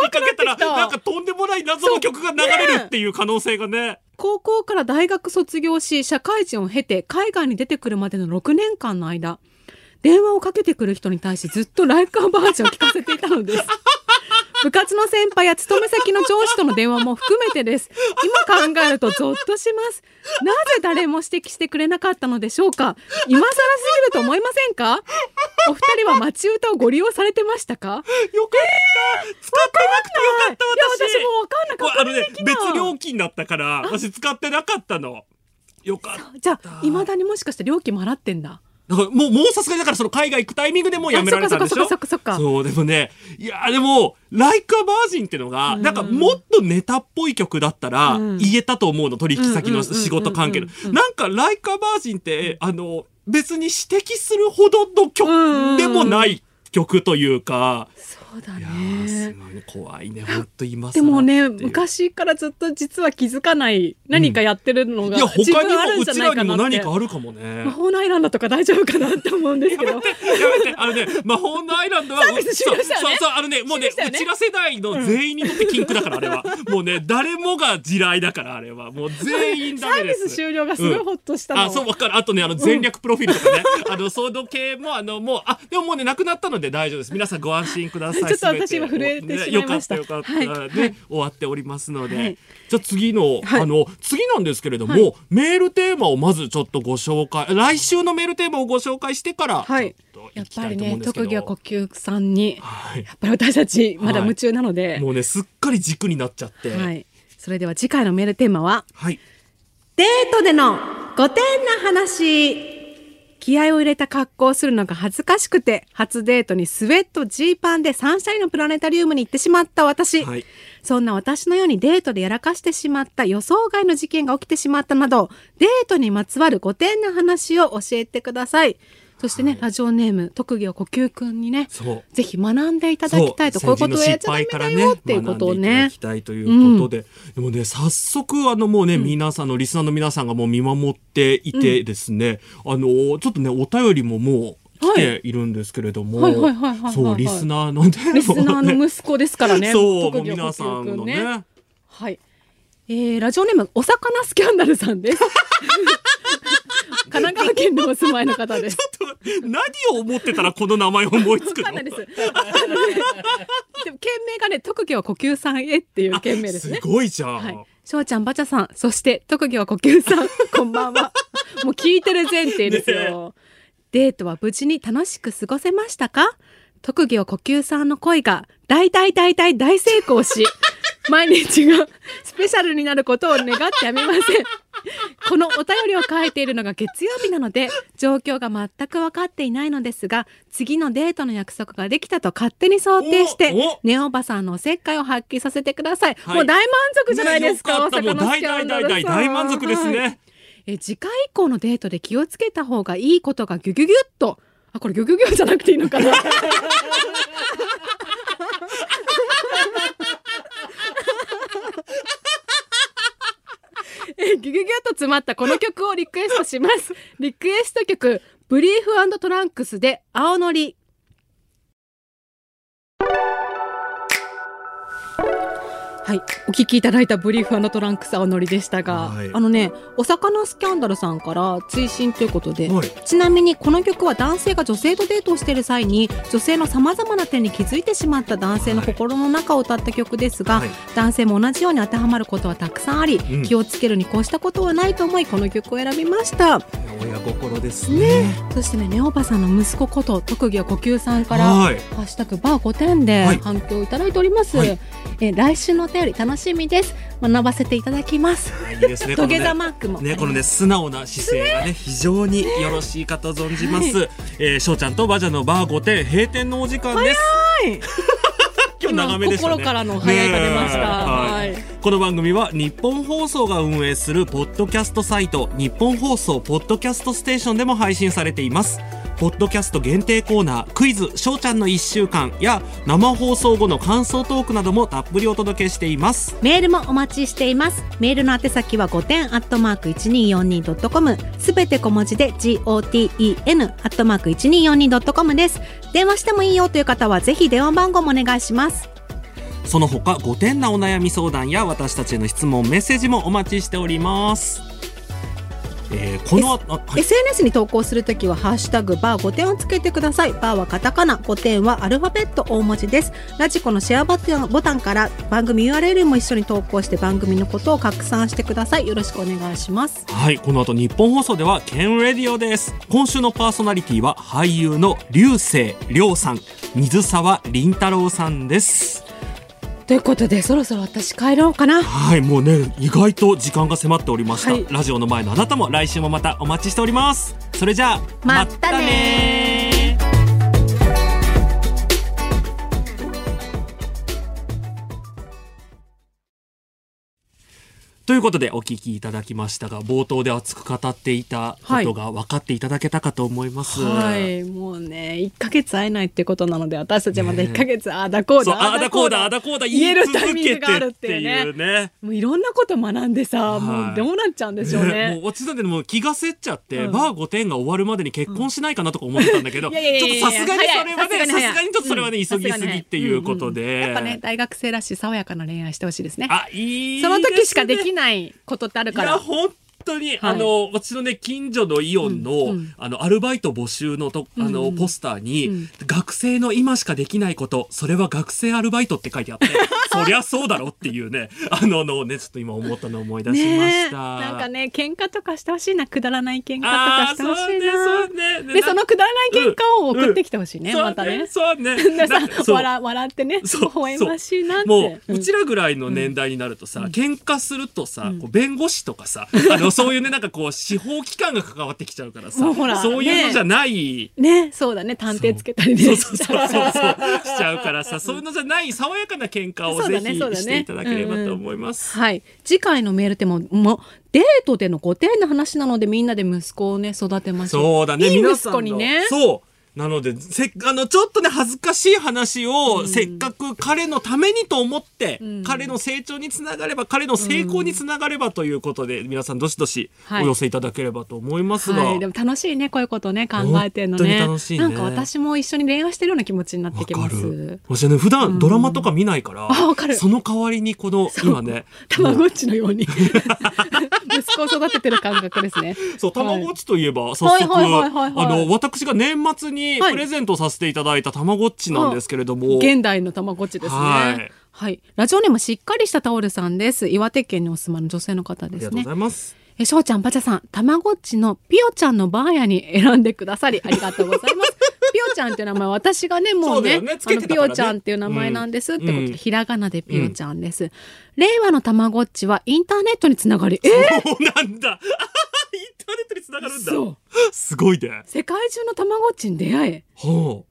Speaker 2: かけたら、
Speaker 3: 怖くな
Speaker 2: な
Speaker 3: っ
Speaker 2: ん
Speaker 3: て
Speaker 2: かとんでもない謎の曲が流れるっていう可能性がね。
Speaker 3: 高校から大学卒業し社会人を経て海外に出てくるまでの6年間の間電話をかけてくる人に対しずっとライカーバージョンを聞かせていたのです部活の先輩や勤め先の上司との電話も含めてです今考えるとゾッとしますなぜ誰も指摘してくれなかったのでしょうか今更すぎると思いませんかお二人は街歌をご利用されてましたか
Speaker 2: よかった、使ってなくてよかった、
Speaker 3: いや
Speaker 2: 私
Speaker 3: 私もう分かんなかった
Speaker 2: これあのね、別料
Speaker 3: 金
Speaker 2: 金だったから、私使ってなかったの。よかった。
Speaker 3: じゃあ未だにもしかして料金も払ってんだ
Speaker 2: だからもう、もうさすがにだからその海外行くタイミングでもうやめられたんでし
Speaker 3: あ
Speaker 2: ょ
Speaker 3: そっかそっかそっかそっか
Speaker 2: そう、でもね、いやでも、ライカバージンってのが、なんかもっとネタっぽい曲だったら、言えたと思うの、取引先の仕事関係の。なんかライカバージンって、あの、別に指摘するほどの曲でもない曲というか、
Speaker 3: そうだ
Speaker 2: いやーす
Speaker 3: ね。
Speaker 2: ごいね、怖いね、ほんと今更
Speaker 3: でもね、
Speaker 2: っていう
Speaker 3: 昔からずっと実は気づかない何かやってるの
Speaker 2: い
Speaker 3: が、
Speaker 2: や、
Speaker 3: 自分あ
Speaker 2: 他に
Speaker 3: る
Speaker 2: も、
Speaker 3: ん
Speaker 2: う
Speaker 3: じゃ
Speaker 2: ち
Speaker 3: ない
Speaker 2: ら
Speaker 3: か
Speaker 2: に
Speaker 3: な
Speaker 2: も
Speaker 3: って
Speaker 2: 何かあるかもね
Speaker 3: 魔。法のアイランドとか大丈夫かなって思うんですけど。
Speaker 2: やめて、あのね、魔法のアイランドは、
Speaker 3: ービス終了したよ
Speaker 2: そうそう
Speaker 3: ね
Speaker 2: そう、あのね、もうね、
Speaker 3: 終了したよ
Speaker 2: う
Speaker 3: ね
Speaker 2: ちら世代の全員にとって禁句だから、あれは。もうね、誰もが地雷だから、あれは。もう全員
Speaker 3: サ
Speaker 2: ダ
Speaker 3: ー
Speaker 2: メ
Speaker 3: ビ
Speaker 2: です。
Speaker 3: ス終了がすごいほっとしたの。
Speaker 2: あ、そう、わかる。あとね、あの、全略プロフィールとかね。 あの、ソード系も、あの、もう、あ、でももうね、なくなったので大丈夫です。皆さんご安心ください。
Speaker 3: ちょっと
Speaker 2: 全
Speaker 3: 私今震えてしまいました
Speaker 2: ねよかった、
Speaker 3: はい
Speaker 2: よかった。
Speaker 3: は
Speaker 2: で
Speaker 3: い、
Speaker 2: 終わっておりますの
Speaker 3: はい
Speaker 2: で。じゃあ次の、
Speaker 3: はい
Speaker 2: あの、次なんですけれど
Speaker 3: は
Speaker 2: も、メールテーマをまずちょっとご紹介、来週のメールテーマをご紹介してから、
Speaker 3: は
Speaker 2: はいい。ちょっと
Speaker 3: やっ
Speaker 2: 行き
Speaker 3: ぱ
Speaker 2: た
Speaker 3: り
Speaker 2: いと思う
Speaker 3: ね、
Speaker 2: んですけ
Speaker 3: 特
Speaker 2: ど。
Speaker 3: 技は呼吸さんに、や
Speaker 2: はい
Speaker 3: っぱり私たちまだ夢中なので、
Speaker 2: もうね、すっかり軸になっちゃって。
Speaker 3: は。い。それでは次回のメールテーマは、
Speaker 2: はい。
Speaker 4: デートでの5点な話
Speaker 3: 気合を入れた格好をするのが恥ずかしくて、初デートにスウェット、ジーパンでサンシャインのプラネタリウムに行ってしまった私。
Speaker 2: はい
Speaker 3: そんな私のようにデートでやらかしてしまった予想外の事件が起きてしまったなど、デートにまつわる5点な話を教えてください。そしてね、ラジオネーム、特技は呼吸くんにね、
Speaker 2: そう
Speaker 3: ぜひ学んでいただきたいと、こういうことをやっちゃダメだよっていうことを
Speaker 2: 学んでいただ
Speaker 3: ね
Speaker 2: き。たいということで、でもね、早速、あの、もうね、皆さんの、リスナーの皆さんがもう見守っていてですね、あの、ちょっとね、お便りももう来ているんですけれども、
Speaker 3: はいはいはいはいはいはい
Speaker 2: そう、リスナーのね、
Speaker 3: リスナーの息子ですからね。
Speaker 2: そう、も
Speaker 3: 特
Speaker 2: う
Speaker 3: 技は呼
Speaker 2: 皆
Speaker 3: 吸
Speaker 2: さん
Speaker 3: く
Speaker 2: のね、
Speaker 3: はい。えー、ラジオネーム、お魚スキャンダルさんです。神奈川県のお住まいの方です。
Speaker 2: 何を思ってたらこの名前思いつく
Speaker 3: わかんないで
Speaker 2: の
Speaker 3: す。あのねでも、県名がね、特技は呼吸さんへっていう県名ですね。
Speaker 2: ごいじゃん。
Speaker 3: はい。翔ちゃん、ばちゃさん、そして特技は呼 吸さん、こんばんは。もう聞いてる前提ですよ。デートは無事に楽しく過ごせましたか特技は呼吸さんの恋が大大大大大成功 し、毎日がスペシャルになることを願ってやめません。このお便りを書いているのが月曜日なので、状況が全く分かっていないのですが、次のデートの約束ができたと勝手に想定して
Speaker 2: おお、
Speaker 3: ねおばさんのおせっかいを発揮させてください。
Speaker 2: はい
Speaker 3: もう大満足じゃないですか、
Speaker 2: ねよ
Speaker 3: お
Speaker 2: かった
Speaker 3: 魚
Speaker 2: もう
Speaker 3: 好
Speaker 2: 大
Speaker 3: きな
Speaker 2: 大
Speaker 3: んだ
Speaker 2: 大大大満足ですね。
Speaker 3: はいえ次回以降のデートで気をつけた方がいいことがギュギュギュッとあこれギュギュギュじゃなくていいのかな えギュギュギュッと詰まったこの曲をリクエストしますリクエスト曲「ブリーフトランクス」で「青のり」はい、お聞きいただいたブリーフトランクス青のりでしたが、
Speaker 2: はい
Speaker 3: あのね、お魚スキャンダルさんから追伸ということで、
Speaker 2: はい
Speaker 3: ちなみにこの曲は男性が女性とデートをしている際に女性のさまざまな点に気づいてしまった男性の心の中を歌った曲ですが、
Speaker 2: はい
Speaker 3: 男性も同じように当てはまることはたくさんあり、
Speaker 2: ん
Speaker 3: 気をつけるに越したことはないと思いこの曲を選びました
Speaker 2: 親心ですね。
Speaker 3: そしてねネオパさんの息子こと特技は呼吸さんから「
Speaker 2: はい。
Speaker 3: ハッシュタグバー5点」で
Speaker 2: はい
Speaker 3: 反響をいただいております、
Speaker 2: はい
Speaker 3: え来週のお便り楽しみです学ばせていただきます
Speaker 2: いいですね。
Speaker 3: トゲザ
Speaker 2: このね
Speaker 3: マークも
Speaker 2: ね、このね、素直な姿勢がね、非常によろしいかと存じます。えー、しょうちゃんとバジャのバー5点、閉店のお時間です。
Speaker 3: い
Speaker 2: 今日長めでしたね。
Speaker 3: 今心からの早いが出ました
Speaker 2: ねえ
Speaker 3: はい
Speaker 2: この番組は日本放送が運営するポッドキャストサイト、日本放送ポッドキャストステーションでも配信されています。ポッドキャスト限定コーナー、クイズ、しょうちゃんの1週間や、生放送後の感想トークなどもたっぷりお届けしています。
Speaker 3: メールもお待ちしています。メールの宛先は5点アットマーク 1242.com すべて小文字で GOTEN アットマーク 1242.com です。電話してもいいよという方はぜひ電話番号もお願いします。
Speaker 2: その他5点なお悩み相談や私たちへの質問メッセージもお待ちしております。えー、このあ、あはい
Speaker 3: SNS に投稿するときは、ハッシュタグ、バー5点をつけてください。バーはカタカナ、5点はアルファベット大文字です。ラジコのシェアボタンボタンから番組 URL も一緒に投稿して番組のことを拡散してください。よろしくお願いします。
Speaker 2: はい、この後日本放送ではケンレディオです。今週のパーソナリティは俳優の流星涼さん、水沢林太郎さんです。
Speaker 3: ということで、そろそろ私帰ろうかな。
Speaker 2: はい、もうね、意外と時間が迫っておりました。
Speaker 3: はい
Speaker 2: ラジオの前のあなたも来週もまたお待ちしております。それじゃあ、
Speaker 3: またね
Speaker 2: ー
Speaker 3: ー
Speaker 2: ということでお聞きいただきましたが冒頭で熱く語っていたことが分かっていただけたかと思います。
Speaker 3: はい、もうね、1ヶ月会えないってことなので、私たちはまだ1ヶ月、ああだこう
Speaker 2: そう
Speaker 3: だ、
Speaker 2: あーだこうだあーだこうだ言えるタイミングがあるって
Speaker 3: 言い
Speaker 2: い
Speaker 3: 続
Speaker 2: う
Speaker 3: けて
Speaker 2: ね。
Speaker 3: もういろんなこと学んでさ、
Speaker 2: い
Speaker 3: もうどうなっちゃうんでしょう
Speaker 2: ね
Speaker 3: ね
Speaker 2: も。う私なんてもう気がせっちゃって、
Speaker 3: うん
Speaker 2: バー5点が終わるまでに結婚しないかなとか思ってたんだけど、
Speaker 3: い
Speaker 2: ち
Speaker 3: やいやいやいや
Speaker 2: ょっとさすがにそれはね、
Speaker 3: 早い
Speaker 2: さ
Speaker 3: 早い
Speaker 2: すがにちょっとそれはね、
Speaker 3: うん
Speaker 2: 急ぎすぎっていうことで。
Speaker 3: やっぱね、大学生らしい爽やかな恋愛してほしいですね。
Speaker 2: あ、いいです
Speaker 3: そ
Speaker 2: ね、
Speaker 3: の時しかできないことってあるか
Speaker 2: いや、
Speaker 3: ら。
Speaker 2: 本当に、あの、私のね、近所のイオンの、あの、アルバイト募集のと、あの、ポスターに、学生の今しかできないこと、それは学生アルバイトって書いてあ って、そりゃそうだろっていうね、あの、のね、ちょっと今思ったのを思い出しま
Speaker 3: ね
Speaker 2: し
Speaker 3: え
Speaker 2: た。
Speaker 3: なんかね、喧嘩とかしてほしいな、くだらない喧嘩とか
Speaker 2: あ
Speaker 3: して
Speaker 2: ー
Speaker 3: ほしい
Speaker 2: そう
Speaker 3: な。
Speaker 2: ね、そうね。
Speaker 3: で、そのくだらない喧嘩を送ってきてほしいね、
Speaker 2: そう
Speaker 3: またね。
Speaker 2: そうね。
Speaker 3: で
Speaker 2: な
Speaker 3: さ
Speaker 2: んか、そう
Speaker 3: 笑笑ってね、微
Speaker 2: そう
Speaker 3: 笑ましいなって。
Speaker 2: もう、
Speaker 3: ん
Speaker 2: う ちらぐらいの年代になるとさ、喧嘩するとさ、こう弁護士とかさ、あの、そういうねなんかこう司法機関が関わってきちゃうからさ
Speaker 3: もうほら
Speaker 2: そういうのじゃない、
Speaker 3: ね、そうだね、探偵つけたりね。
Speaker 2: そうそうそうそうしちゃうからさそういうのじゃない爽やかな喧嘩を
Speaker 3: そう
Speaker 2: ぜ
Speaker 3: だね
Speaker 2: ひ
Speaker 3: そうだね
Speaker 2: していただければと思います。
Speaker 3: はい。次回のメールテーマも、デートでの5点の話なので、みんなで息子をね、育てましょう。
Speaker 2: そうだね
Speaker 3: いい
Speaker 2: 皆
Speaker 3: 息
Speaker 2: さ
Speaker 3: 子
Speaker 2: ん
Speaker 3: に
Speaker 2: の
Speaker 3: ね。
Speaker 2: そうなのでせっあのちょっとね恥ずかしい話をせっかく彼のためにと思って、彼の成長につながれば彼の成功につながればということで、皆さんどしどしお
Speaker 3: はい
Speaker 2: 寄せいただければと思いますが、
Speaker 3: はい、でも楽しいねこういうことね考えてるの
Speaker 2: 本
Speaker 3: ね
Speaker 2: 当に楽しいね
Speaker 3: なんか私も一緒に恋愛してるような気持ちになってきま
Speaker 2: わか
Speaker 3: す
Speaker 2: る。私はね、普段ドラマとか見ないから、
Speaker 3: あわかる
Speaker 2: その代わりにこの、今ね、
Speaker 3: たまごっちのように 息子を育ててる感覚ですね
Speaker 2: そう、たまごっちといえば、早
Speaker 3: はい
Speaker 2: 速、
Speaker 3: はいはいはいはい
Speaker 2: あの、私が年末に
Speaker 3: はい
Speaker 2: プレゼントさせていただいたたまごっちなんですけれども、
Speaker 3: 現代のたまごっちですね
Speaker 2: は
Speaker 3: はいい、ラジオネームしっかりしたタオルさんです岩手県にお住まいの女性の方
Speaker 2: あ
Speaker 3: で
Speaker 2: りが
Speaker 3: す
Speaker 2: とうご
Speaker 3: ね
Speaker 2: ざいます。
Speaker 3: えしょうちゃんばちゃさんたまごっちのピオちゃんのバーヤに選んでく ださりありがとうございますピオちゃんっていう名前私がねも
Speaker 2: そう
Speaker 3: うね
Speaker 2: だよねつ
Speaker 3: あ
Speaker 2: けて
Speaker 3: の
Speaker 2: たか
Speaker 3: ピ
Speaker 2: らね
Speaker 3: オちゃんっていう名前なんですってことで、
Speaker 2: うん
Speaker 3: ひらがなでピオちゃんです、令和のたまごっちはインターネットにつながりえー、
Speaker 2: おなんだ インターネットに繋がるんだ。
Speaker 3: そう
Speaker 2: すごいね。
Speaker 3: 世界中のたまごっちに出会え
Speaker 2: は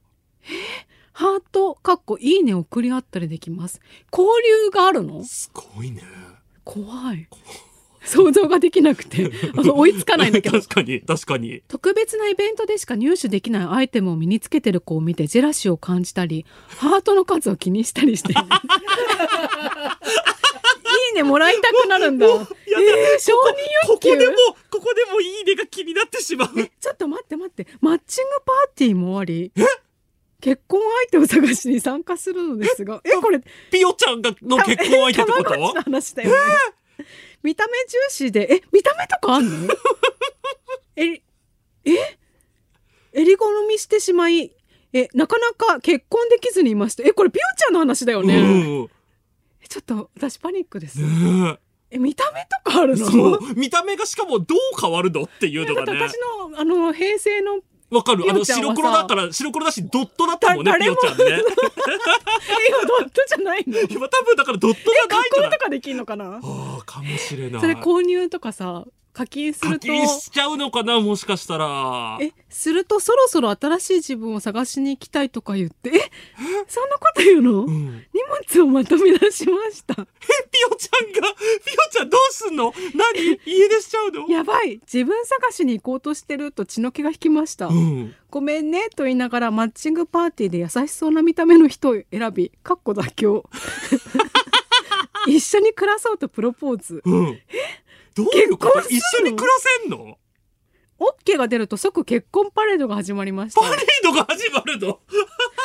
Speaker 3: ハートかっこいいね送り合ったりできます交流があるの
Speaker 2: あ、すごいね。
Speaker 3: 怖い想像ができなくてあの追いつかないんだけ ど
Speaker 2: 確かに、確かに。
Speaker 3: 特別なイベントでしか入手できないアイテムを身につけてる子を見てジェラシーを感じたりハートの数を気にしたりしていいねもらいたくなるんだえー、承認
Speaker 2: ここ
Speaker 3: 欲求
Speaker 2: でも、ここでもいいねが気になってしまう。
Speaker 3: ちょっと待って待ってマッチングパーティーもあり結婚相手を探しに参加するのですがえこれ
Speaker 2: ピオちゃんがの結婚相手ってこ
Speaker 3: たまごっち
Speaker 2: と
Speaker 3: の話だよね、見た目重視でえ見た目とかあ んのえりええり好みしてしまいえなかなか結婚できずにいましたえこれピオちゃんの話だよね、
Speaker 2: うん
Speaker 3: えちょっと私パニックです
Speaker 2: ね
Speaker 3: え見た目とかある
Speaker 2: え
Speaker 3: の
Speaker 2: そう見た目がしかもどう変わるのっていうの
Speaker 3: だっ
Speaker 2: が
Speaker 3: て
Speaker 2: ね
Speaker 3: 私のあの平成の
Speaker 2: わかるあ
Speaker 3: ピ
Speaker 2: の
Speaker 3: ヨちゃんは
Speaker 2: 白
Speaker 3: さ
Speaker 2: 黒だから白黒だしドットだったもんね
Speaker 3: だ
Speaker 2: ピ
Speaker 3: 誰
Speaker 2: ヨ
Speaker 3: も
Speaker 2: ちゃんね
Speaker 3: 映画ドットじゃないのえ
Speaker 2: 今多分だからドットじゃないんじゃ
Speaker 3: 加
Speaker 2: な
Speaker 3: 工
Speaker 2: い
Speaker 3: とかできんのかな
Speaker 2: ああかもしれない
Speaker 3: それ購入とかさ課金す
Speaker 2: 課
Speaker 3: ると
Speaker 2: 金しちゃうのかなもしかしたら
Speaker 3: えするとそろそろ新しい自分を探しに行きたいとか言 ってえそんなこと言うの、
Speaker 2: うん
Speaker 3: 荷物をまとめ出しました
Speaker 2: えピヨちゃんがピヨちゃんどうすんの何家出しちゃうの
Speaker 3: やばい自分探しに行こうとしてると血の気が引きました、
Speaker 2: うん
Speaker 3: ごめんねと言いながらマッチングパーティーで優しそうな見た目の人を選びかっこ妥協一緒に暮らそうとプロポーズ
Speaker 2: うんどういうこと
Speaker 3: 結婚する
Speaker 2: 一
Speaker 3: の
Speaker 2: 緒に暮らせんの
Speaker 3: OK が出ると即結婚パレードが始まりました
Speaker 2: パレードが始まるの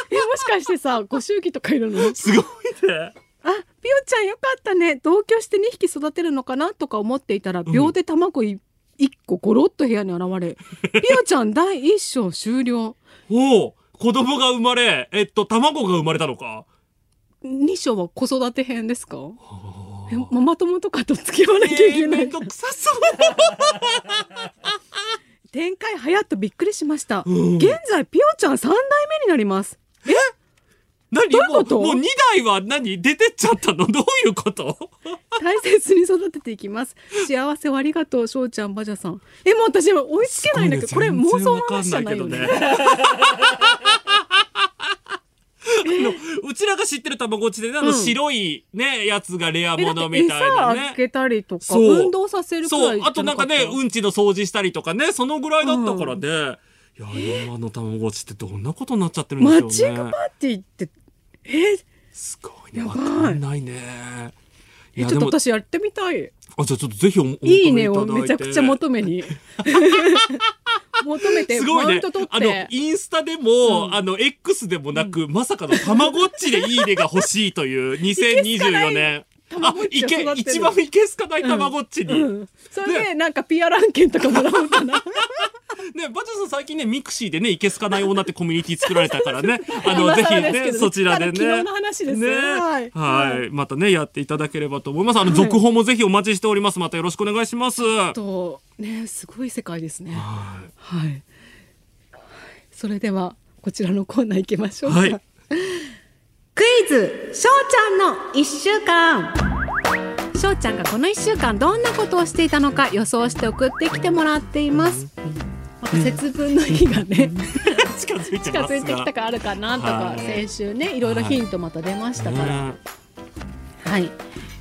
Speaker 3: えもしかしてさご祝儀とかいるの
Speaker 2: すごいね
Speaker 3: あピオちゃんよかったね同居して2匹育てるのかなとか思っていたら秒で卵い1個ゴロッと部屋に現 れピオちゃん第1章終了
Speaker 2: おお子供が生まれ、えっと、卵が生まれたのか。
Speaker 3: 2章は子育て編ですかえママ友とかと付き合わなきゃい
Speaker 2: え
Speaker 3: け
Speaker 2: ー
Speaker 3: ない、
Speaker 2: めんどくさそう。
Speaker 3: 展開早っとびっくりしました、
Speaker 2: うん
Speaker 3: 現在ピオちゃん3代目になります
Speaker 2: 何
Speaker 3: どういうこと
Speaker 2: もうもう2台は何出てっちゃったのどういうこと
Speaker 3: 大切に育てていきます幸せをありがとう翔ちゃんバジャさんえもう私は追いつけないんだけど、これ
Speaker 2: 全然
Speaker 3: 妄想の
Speaker 2: わか
Speaker 3: 話
Speaker 2: ん
Speaker 3: じゃ
Speaker 2: ないけ
Speaker 3: ない
Speaker 2: ど
Speaker 3: よ
Speaker 2: ね。
Speaker 3: ね
Speaker 2: あのうちらが知ってるたまごっちでね、あの
Speaker 3: うん
Speaker 2: 白いね、やつがレア
Speaker 3: えだ
Speaker 2: も
Speaker 3: って
Speaker 2: のみたいな
Speaker 3: 餌あ
Speaker 2: ね
Speaker 3: げ。たりとか
Speaker 2: そう
Speaker 3: 運動させるくら
Speaker 2: そ、
Speaker 3: いうじゃ
Speaker 2: あとなんかね、
Speaker 3: った
Speaker 2: うんちの掃除したりとかね、そのぐらいだったからね。いや、今のたまごっちってどんなことになっちゃってるんで
Speaker 3: マ
Speaker 2: しょうね。
Speaker 3: ッチングパーティーってえ
Speaker 2: すごいね。
Speaker 3: や
Speaker 2: わ
Speaker 3: ばい
Speaker 2: かんないね。い
Speaker 3: え
Speaker 2: や
Speaker 3: ち
Speaker 2: で
Speaker 3: ょ
Speaker 2: も、
Speaker 3: っと
Speaker 2: あ、じ
Speaker 3: 私やってみたい
Speaker 2: ゃあちょっとぜひお、お求め
Speaker 3: いいね
Speaker 2: ただ
Speaker 3: を
Speaker 2: て
Speaker 3: めちゃくちゃ求め に求めて
Speaker 2: すごい
Speaker 3: マウン
Speaker 2: ね
Speaker 3: ト取っ。
Speaker 2: あの
Speaker 3: て、
Speaker 2: インスタでも、あの、X でもなく、まさかのたまごっちでいいねが欲しいと いう2024年。
Speaker 3: たま
Speaker 2: あ
Speaker 3: ごっ、
Speaker 2: い
Speaker 3: ちを育て
Speaker 2: け
Speaker 3: る、
Speaker 2: 一番いけすかないたまごっちに。
Speaker 3: うん、それ
Speaker 2: ね
Speaker 3: でなんか PR 案件とかもらおうかな
Speaker 2: ね、バチョさん最近ね、ミクシーでね、いけすかない女ってコミュニティ作られたから ね、あの、
Speaker 3: 今
Speaker 2: ぜひ
Speaker 3: 更ですけど
Speaker 2: ね、
Speaker 3: ね
Speaker 2: そちらでね。
Speaker 3: ただ昨日の話です
Speaker 2: ね。
Speaker 3: よ
Speaker 2: は
Speaker 3: はいい。
Speaker 2: またね、やっていただければと思います。あの、続報もぜひお待ちしております。またよろしくお願いします。
Speaker 3: とねすごい世界ですねはい、はいそれではこちらのコーナー行きましょうか、
Speaker 2: はい
Speaker 3: クイズしょうちゃんの一週間しょうちゃんがこの1週間どんなことをしていたのか予想して送ってきてもらっていますまた節分の日がね
Speaker 2: 近づいて
Speaker 3: 近
Speaker 2: ますが
Speaker 3: づいてきたからあるかなと
Speaker 2: は
Speaker 3: か
Speaker 2: い
Speaker 3: 先週ねいろいろヒントまた出ましたから
Speaker 2: うん
Speaker 3: はい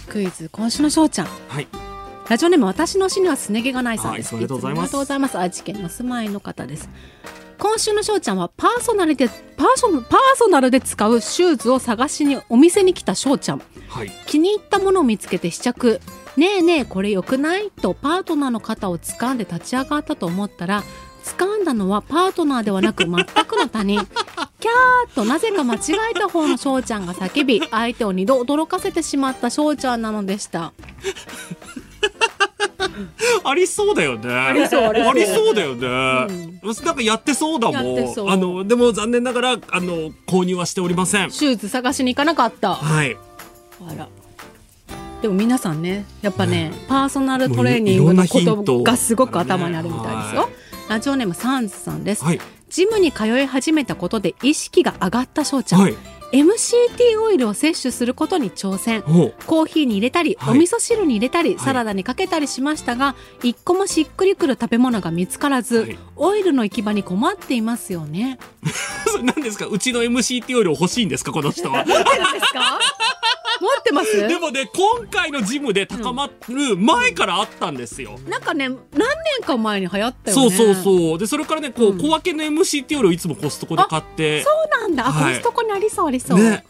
Speaker 3: クイズ今週のしょうちゃん
Speaker 2: はい
Speaker 3: ラジオネーム私の死にはすね毛がないさんです、
Speaker 2: はいありがとうございます
Speaker 3: つもありがとうございます愛知県にお住まいの方です今週のしょうちゃんはパーソナルでパーソパーソナルで使うシューズを探しにお店に来たしょうちゃん
Speaker 2: はい
Speaker 3: 気に入ったものを見つけて試着ねえねえこれ良くないとパートナーの肩を掴んで立ち上がったと思ったら掴んだのはパートナーでは なく全くの他人キャーとなぜか間違えた方の翔ちゃんが叫び相手を二度驚かせてしまった翔ちゃんなのでした
Speaker 2: ありそうだよね。あ
Speaker 3: りそうありそう
Speaker 2: だよね。なんかやってそうだも
Speaker 3: やってそ
Speaker 2: ん。
Speaker 3: う
Speaker 2: あのでも残念ながらあの購入はしておりません。
Speaker 3: シューズ探しに行かなかったあ
Speaker 2: はい。
Speaker 3: らでも皆さんねやっぱねパーソナルトレーニングのこ
Speaker 2: もういろんなヒント
Speaker 3: とがすごく頭にあるみたいです
Speaker 2: は
Speaker 3: よラジオネームサンズさんです、
Speaker 2: はい
Speaker 3: ジムに通い始めたことで意識が上がった翔ちゃん、
Speaker 2: はい。
Speaker 3: MCT オイルを摂取することに挑戦
Speaker 2: ほう。
Speaker 3: コーヒーに入れたり、
Speaker 2: はい
Speaker 3: お味噌汁に入れたり、
Speaker 2: い
Speaker 3: サラダにかけたりしましたが一個もしっくりくる食べ物が見つからず、
Speaker 2: はい
Speaker 3: オイルの行き場に困っていますよ ね。
Speaker 2: それ何ですかうちの MCT より欲しいんですかこの人 は。
Speaker 3: 持ってるんですか持ってます
Speaker 2: でもね今回のジムで高まる前からあったんですよ。
Speaker 3: なんかね何年か前に流行ったよ
Speaker 2: そ
Speaker 3: ね
Speaker 2: うそうそう。でそれからねこう
Speaker 3: うん
Speaker 2: 小分けの MCT よりをいつもコストコで買って。
Speaker 3: そうなんだ、あ
Speaker 2: はい
Speaker 3: コストコにありそうありそう、
Speaker 2: ね。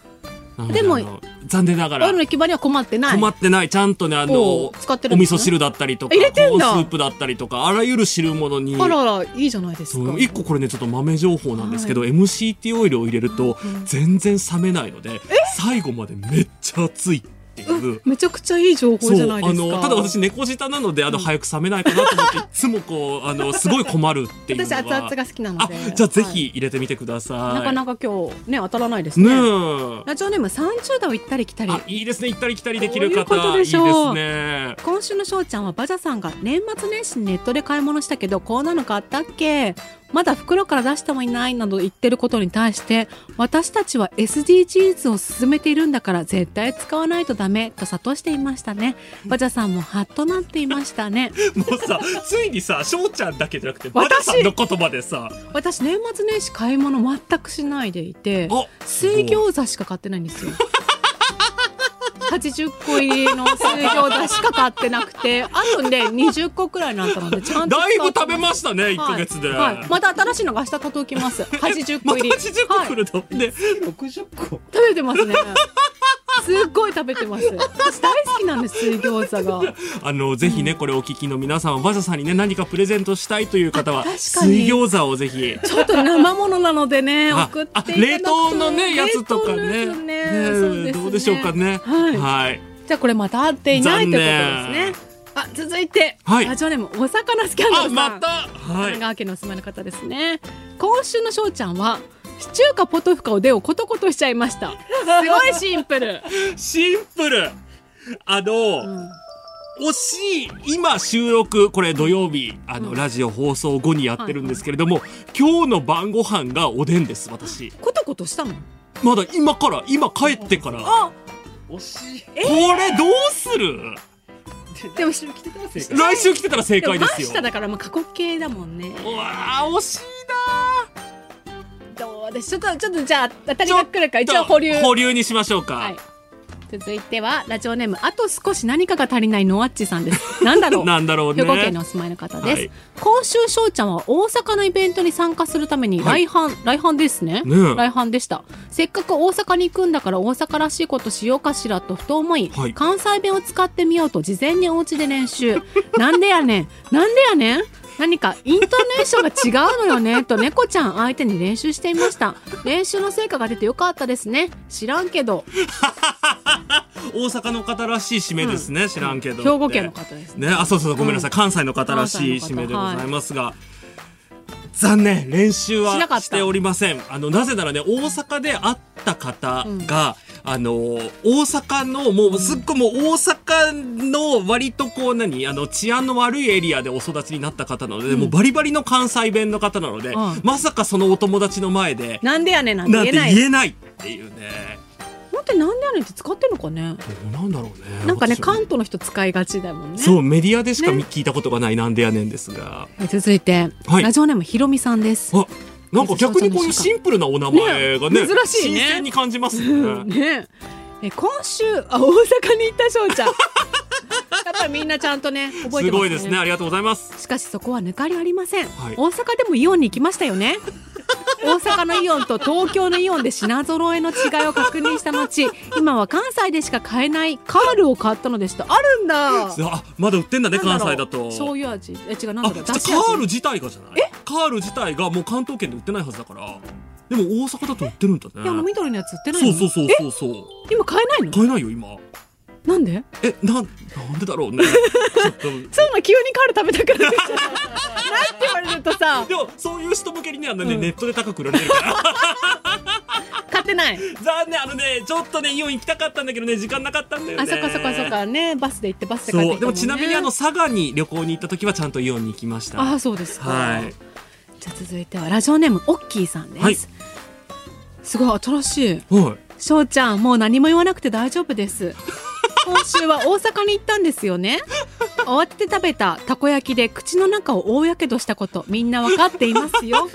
Speaker 2: なの
Speaker 3: でも
Speaker 2: あの残念なが
Speaker 3: オイ
Speaker 2: ら
Speaker 3: ルの行き場には困ってない
Speaker 2: 困ってないちゃんとねあ
Speaker 3: お
Speaker 2: の
Speaker 3: う使ってる
Speaker 2: お
Speaker 3: んで
Speaker 2: 味
Speaker 3: すね
Speaker 2: 噌汁だったりとか
Speaker 3: 入れてんだ
Speaker 2: コーンスープだったりとかあらゆる汁物に
Speaker 3: あらあらいいじゃないです
Speaker 2: そ
Speaker 3: か
Speaker 2: う一個これねちょっと豆情報なんですけど、MCT オイルを入れると全然冷めないので最後までめっちゃ熱いっていう。
Speaker 3: めちゃくちゃいい情報
Speaker 2: そ
Speaker 3: じゃ
Speaker 2: う
Speaker 3: な
Speaker 2: あ
Speaker 3: いですか
Speaker 2: のただ私猫舌なのであの早く冷めないかなと思 っていつもこうあのすごい困るっていうの
Speaker 3: 私熱々が好きなの
Speaker 2: あ
Speaker 3: で
Speaker 2: じゃあぜ
Speaker 3: は
Speaker 2: ひ入れてみてください、
Speaker 3: いなかなか今日ね当たらないです
Speaker 2: ね
Speaker 3: ね
Speaker 2: え
Speaker 3: ラジオネーム30代を行ったり来たり
Speaker 2: あいいですね行ったり来たりできる方
Speaker 3: そういうことでしょう
Speaker 2: いいですね
Speaker 3: 今週のしょうちゃんはバジャさんが年末年始にネットで買い物したけどこうなの買ったっけまだ袋から出してもいないなど言ってることに対して私たちは SDGs を進めているんだから絶対使わないとダメと諭していましたねバジャさんもハッとなっていましたね
Speaker 2: もうさついにさ翔ちゃんだけじゃなくて
Speaker 3: 私
Speaker 2: バタさんの言葉でさ
Speaker 3: 私年末年始買い物全くしないでいて
Speaker 2: お
Speaker 3: 水餃子しか買ってない んですよ。80個入りの水餃子しか買ってなくて、あとね、20個くらいになったので、ちゃんと使
Speaker 2: だ
Speaker 3: って
Speaker 2: いぶ食べましたね一ヶ月で、
Speaker 3: はいはいまた新しいのが明日買っておきます。80 個
Speaker 2: また
Speaker 3: 入り。
Speaker 2: 80個来
Speaker 3: はい
Speaker 2: ると、で
Speaker 5: 60個
Speaker 3: 食べてますね。すっごい食べてます。私大好きなんです、水餃子が。
Speaker 2: あのぜひね、これお聞きの皆さんはバザさんにね何かプレゼントしたいという方は
Speaker 3: 確かに
Speaker 2: 水餃子をぜひ
Speaker 3: ちょっと生ものなのでね、
Speaker 2: あ
Speaker 3: 送っていただくと
Speaker 2: あ冷凍のねやつとか
Speaker 3: 冷
Speaker 2: ね
Speaker 3: 凍の
Speaker 2: ね
Speaker 3: やつねそうすね
Speaker 2: どうでしょうかね
Speaker 3: はい
Speaker 2: はい
Speaker 3: じゃあこれまた合っていない
Speaker 2: 残念
Speaker 3: ということですね。あ、続いて、
Speaker 2: はい
Speaker 3: ラジオネームお魚スキャンダル
Speaker 2: あ
Speaker 3: さん。
Speaker 2: また
Speaker 3: 神
Speaker 2: は
Speaker 3: 奈
Speaker 2: い
Speaker 3: 川県のお住まいの方ですね。今週のしょうちゃんはシチューかポトフかをでをコトコトしちゃいました。すごいシン プル。
Speaker 2: シンプルあの、惜しい今収録これ土曜日あの、ラジオ放送後にやってるんですけれども、今日の晩ご飯がおでんです私
Speaker 3: コトコトしたの。
Speaker 2: まだ今から今帰ってからこ
Speaker 3: あ、
Speaker 5: 惜しい
Speaker 2: れどうする
Speaker 3: でもし、で
Speaker 2: 来週来てたら正
Speaker 3: も
Speaker 2: 解ですよ
Speaker 3: 下だからまあ過去形だもんね。
Speaker 2: うわー惜しい
Speaker 3: どうでしょうちょっとちょっとじゃあ当
Speaker 2: な
Speaker 3: たりが来るか一応保留。
Speaker 2: 保留にしましょうか、
Speaker 3: はい。続いてはラジオネームあと少し何かが足りないノアッチさんです。なんだろ う。
Speaker 2: なんだろうね
Speaker 3: 兵庫県にお住まいの方です、
Speaker 2: はい
Speaker 3: 今週しょうちゃんは大阪のイベントに参加するために
Speaker 2: は
Speaker 3: 来阪、来阪です
Speaker 2: ね
Speaker 3: ね
Speaker 2: え
Speaker 3: 来阪でしたせっかく大阪に行くんだから大阪らしいことしようかしらとふと思い、
Speaker 2: はい
Speaker 3: 関西弁を使ってみようと事前にお家で練習 なんでやねんなんでやねん何かイントネーションが違うのよねと猫ちゃん相手に練習していました練習の成果が出てよかったですね知らんけど
Speaker 2: 大阪の方らしい締めですね、知らんけど
Speaker 3: 兵庫県の方ですね
Speaker 2: ねあそうそうそうごめんなさい、
Speaker 3: う
Speaker 2: 関西の方らしい締めでございますが、残念練習は
Speaker 3: しなかった
Speaker 2: しておりませんあのなぜならね大阪で会った方が、あの大阪のもうすっごいもう大阪の割とこう何あの治安の悪いエリアでお育ちになった方なので、もうバリバリの関西弁の方なので、
Speaker 3: うん
Speaker 2: まさかそのお友達の前で
Speaker 3: なんでやねんなんて
Speaker 2: なん
Speaker 3: 言
Speaker 2: て
Speaker 3: えない
Speaker 2: 言えないっていうね
Speaker 3: もっってなんでやねんって使ってるのかね
Speaker 2: どうなんだろうね
Speaker 3: なんかね
Speaker 2: 私も
Speaker 3: 関東の人使いがちだもんね
Speaker 2: そうメディアでしか
Speaker 3: ね
Speaker 2: 聞いたことがないなんでやねんですが、
Speaker 3: はい続いて、
Speaker 2: はい
Speaker 3: ラジオネームひろみさんです
Speaker 2: あなんか逆にこういうシンプルなお名前がね
Speaker 3: ね珍しいね
Speaker 2: 新鮮に感じます ね
Speaker 3: ねえ今週あ大阪に行った翔 ちゃんやっぱりみんなちゃんとね覚えてますね
Speaker 2: すごいですねありがとうございます
Speaker 3: しかしそこは抜かりありません、
Speaker 2: はい
Speaker 3: 大阪でもイオンに行きましたよね 大阪のイオンと東京のイオンで品揃えの違いを確認した後今は関西でしか買えないカールを買ったのでしたあるんだ
Speaker 2: あまだ売ってんだね
Speaker 3: なん
Speaker 2: 関
Speaker 3: ろう
Speaker 2: 西だと
Speaker 3: 醤油味え違うなん
Speaker 2: あじ
Speaker 3: だろ
Speaker 2: ゃあ
Speaker 3: う
Speaker 2: カ
Speaker 3: だし
Speaker 2: ール
Speaker 3: 味
Speaker 2: 自体がじゃないカール自体がもう関東圏で売ってないはずだからでも大阪だと売ってるんだ
Speaker 3: いやあの
Speaker 2: ね
Speaker 3: 緑のやつ売ってない
Speaker 2: そう
Speaker 3: の
Speaker 2: そうそうそうそう
Speaker 3: 今買えないの
Speaker 2: 買えないよ今
Speaker 3: なんで
Speaker 2: えなんなんでだろうねちょっと
Speaker 3: そういうの急にカール食べたくなっちゃう なんて言われるとさ
Speaker 2: でもそういう人向けにねあのね、
Speaker 3: うん
Speaker 2: ネットで高く売られてるから
Speaker 3: 買って ない
Speaker 2: 残念あのねちょっとねイオン行きたかったんだけどね時間なかったんだよね
Speaker 3: あそっかそっかそっかねバスで行ってバスで帰ってき
Speaker 2: そ
Speaker 3: た
Speaker 2: うでもちなみにあの
Speaker 3: ね
Speaker 2: 佐賀に旅行に行った時はちゃんとイオンに行きました
Speaker 3: あそうですか、
Speaker 2: はい
Speaker 3: じゃあ続いてはラジオネームオッキーさんです、
Speaker 2: はい
Speaker 3: すごい新しい
Speaker 2: はい
Speaker 3: しょうちゃんもう何も言わなくて大丈夫です 今週は大阪に行ったんですよね慌てて食べたたこ焼きで口の中を大やけどしたことみんなわかっています よ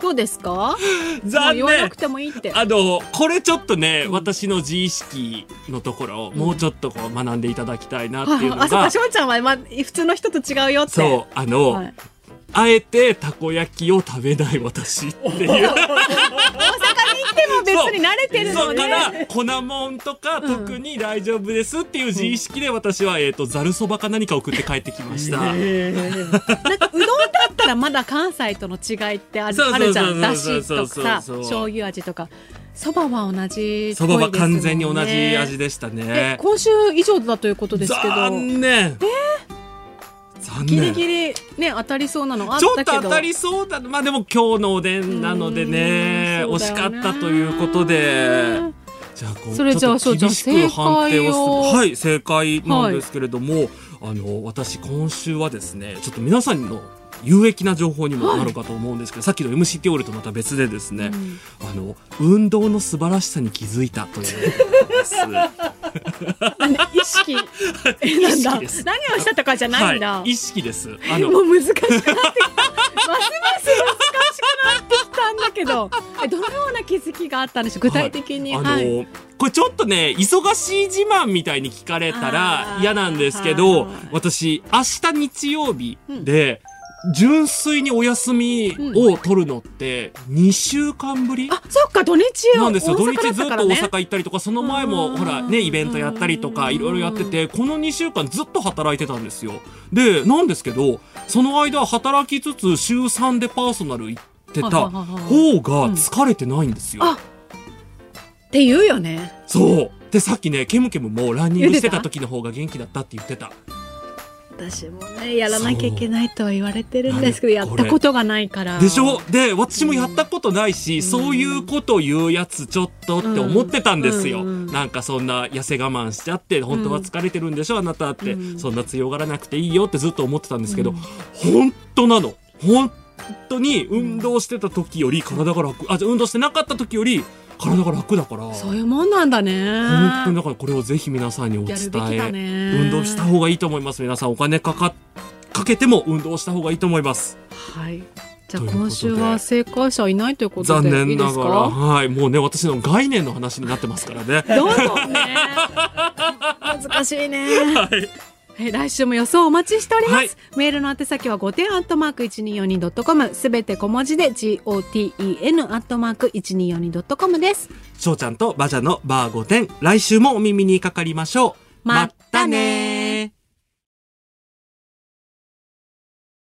Speaker 3: どうですかもう
Speaker 2: 残
Speaker 3: 言わな
Speaker 2: 念
Speaker 3: くてもいいって
Speaker 2: あのこれちょっとね、私の自意識のところをもうちょっとこう学んでいただきたいなっていうのが、
Speaker 3: あそうかしょうちゃんは、ま、普通の人と違うよって
Speaker 2: そうあの、
Speaker 3: はい
Speaker 2: あえてたこ焼きを食べない私って いう
Speaker 3: 大阪に行っても別に慣れてる
Speaker 2: そ
Speaker 3: の
Speaker 2: う
Speaker 3: で、
Speaker 2: から粉もんとか
Speaker 3: うん
Speaker 2: 特に大丈夫ですっていう自意識で私は、えっ、とざるそばか何か送って帰ってきました。
Speaker 3: なんかうどんだったらまだ関西との違いってある
Speaker 2: そうそうそうそう
Speaker 3: あるじゃんだしと
Speaker 2: そう
Speaker 3: かさ
Speaker 2: そうそう
Speaker 3: 醤油味とかそばは同じ
Speaker 2: そばは完全に同じ味
Speaker 3: で
Speaker 2: でした
Speaker 3: え
Speaker 2: ね。
Speaker 3: 今週以上だということですけど
Speaker 2: 残念。残
Speaker 3: ギリ
Speaker 2: 念。
Speaker 3: ギリね当たりそうなのあっ
Speaker 2: ちょったと
Speaker 3: けど
Speaker 2: 当たりそうだまあでも今日のおでんなのでね
Speaker 3: うん
Speaker 2: 惜
Speaker 3: そ
Speaker 2: し
Speaker 3: うだ
Speaker 2: か
Speaker 3: よ
Speaker 2: っ
Speaker 3: ね
Speaker 2: たということでじゃあこう
Speaker 3: それじゃあ
Speaker 2: ちょっと厳しく
Speaker 3: そうじゃあ
Speaker 2: 判定をす
Speaker 3: 正解を
Speaker 2: るはい正解なんですけれども、あの私今週はですねちょっと皆さんの有益な情報にもなるかと思うんですけど、さっきの MCT オールとまた別でですね、あの運動の素晴らしさに気づいたというです。
Speaker 3: なんで意識 え
Speaker 2: 意
Speaker 3: な
Speaker 2: 識
Speaker 3: ん
Speaker 2: です
Speaker 3: だ何をしたとかじゃ ないんだ、
Speaker 2: はい、意識です。あ
Speaker 3: も
Speaker 2: の
Speaker 3: う難しくなってきたますます難しくなってきたんだ けどえどのような気づきがあったんでしょう具体的に、
Speaker 2: は
Speaker 3: はいい
Speaker 2: あのこれちょっとね忙しい自慢みたいに聞かれたら
Speaker 3: あー
Speaker 2: 嫌なんですけど
Speaker 3: はい
Speaker 2: 私明日日曜日で、純粋にお休みを取るのって2週間ぶり、
Speaker 3: あそっか土日は
Speaker 2: なんですよ、土
Speaker 3: 大阪だ
Speaker 2: 日
Speaker 3: っ
Speaker 2: ずった
Speaker 3: か
Speaker 2: と
Speaker 3: ら
Speaker 2: 大
Speaker 3: ね
Speaker 2: 阪行ったりとかその前
Speaker 3: う
Speaker 2: も
Speaker 3: ん
Speaker 2: ほらねイベントやったりとか
Speaker 3: うん
Speaker 2: いろいろやっててこの2週間ずっと働いてたんですよでなんですけどその間働きつつ週3でパーソナル行ってた
Speaker 3: はは
Speaker 2: 方
Speaker 3: は
Speaker 2: が
Speaker 3: は
Speaker 2: 疲れてないんですよ、
Speaker 3: あって言うよね
Speaker 2: そうでさっきねケムケムもランニングしてた時の方が元気だったって言ってた
Speaker 3: 私もねやらなきゃいけないとは言われてるんですけどや
Speaker 2: そう
Speaker 3: ったことがないから
Speaker 2: でしょで私もやったことないし、そういうことを言うやつちょっとって思ってたんですよ、
Speaker 3: うんうん
Speaker 2: なんかそんな痩せ我慢しちゃって本当は疲れてるんでしょあなたって、
Speaker 3: うん
Speaker 2: そんな強がらなくていいよってずっと思ってたんですけど、本当なの本当に運動してた時より体が楽あじゃあ運動してなかった時より体が楽だから
Speaker 3: そういうもんなんだね
Speaker 2: 本当にだからこれをぜひ皆さんにお伝
Speaker 3: やるべきだ
Speaker 2: え、
Speaker 3: ね
Speaker 2: 運動した方がいいと思います皆さんお金かかかけても運動した方がいいと思います
Speaker 3: はいじゃ
Speaker 2: と
Speaker 3: あ
Speaker 2: いうことで
Speaker 3: 今週は正解者いないということ
Speaker 2: 残
Speaker 3: でい
Speaker 2: 念
Speaker 3: いで
Speaker 2: な
Speaker 3: す
Speaker 2: がら
Speaker 3: か
Speaker 2: はいもうね私の概念の話になってますから ね
Speaker 3: どうぞね難しいね
Speaker 2: はい
Speaker 3: え来週も予想お待ちしております、
Speaker 2: はい
Speaker 3: メールの宛先は5点アットマーク 1242.com すべて小文字で GOTEN アットマーク 1242.com です
Speaker 2: 翔ちゃんとバジャのバー5点来週もお耳にかかりましょう
Speaker 3: まったね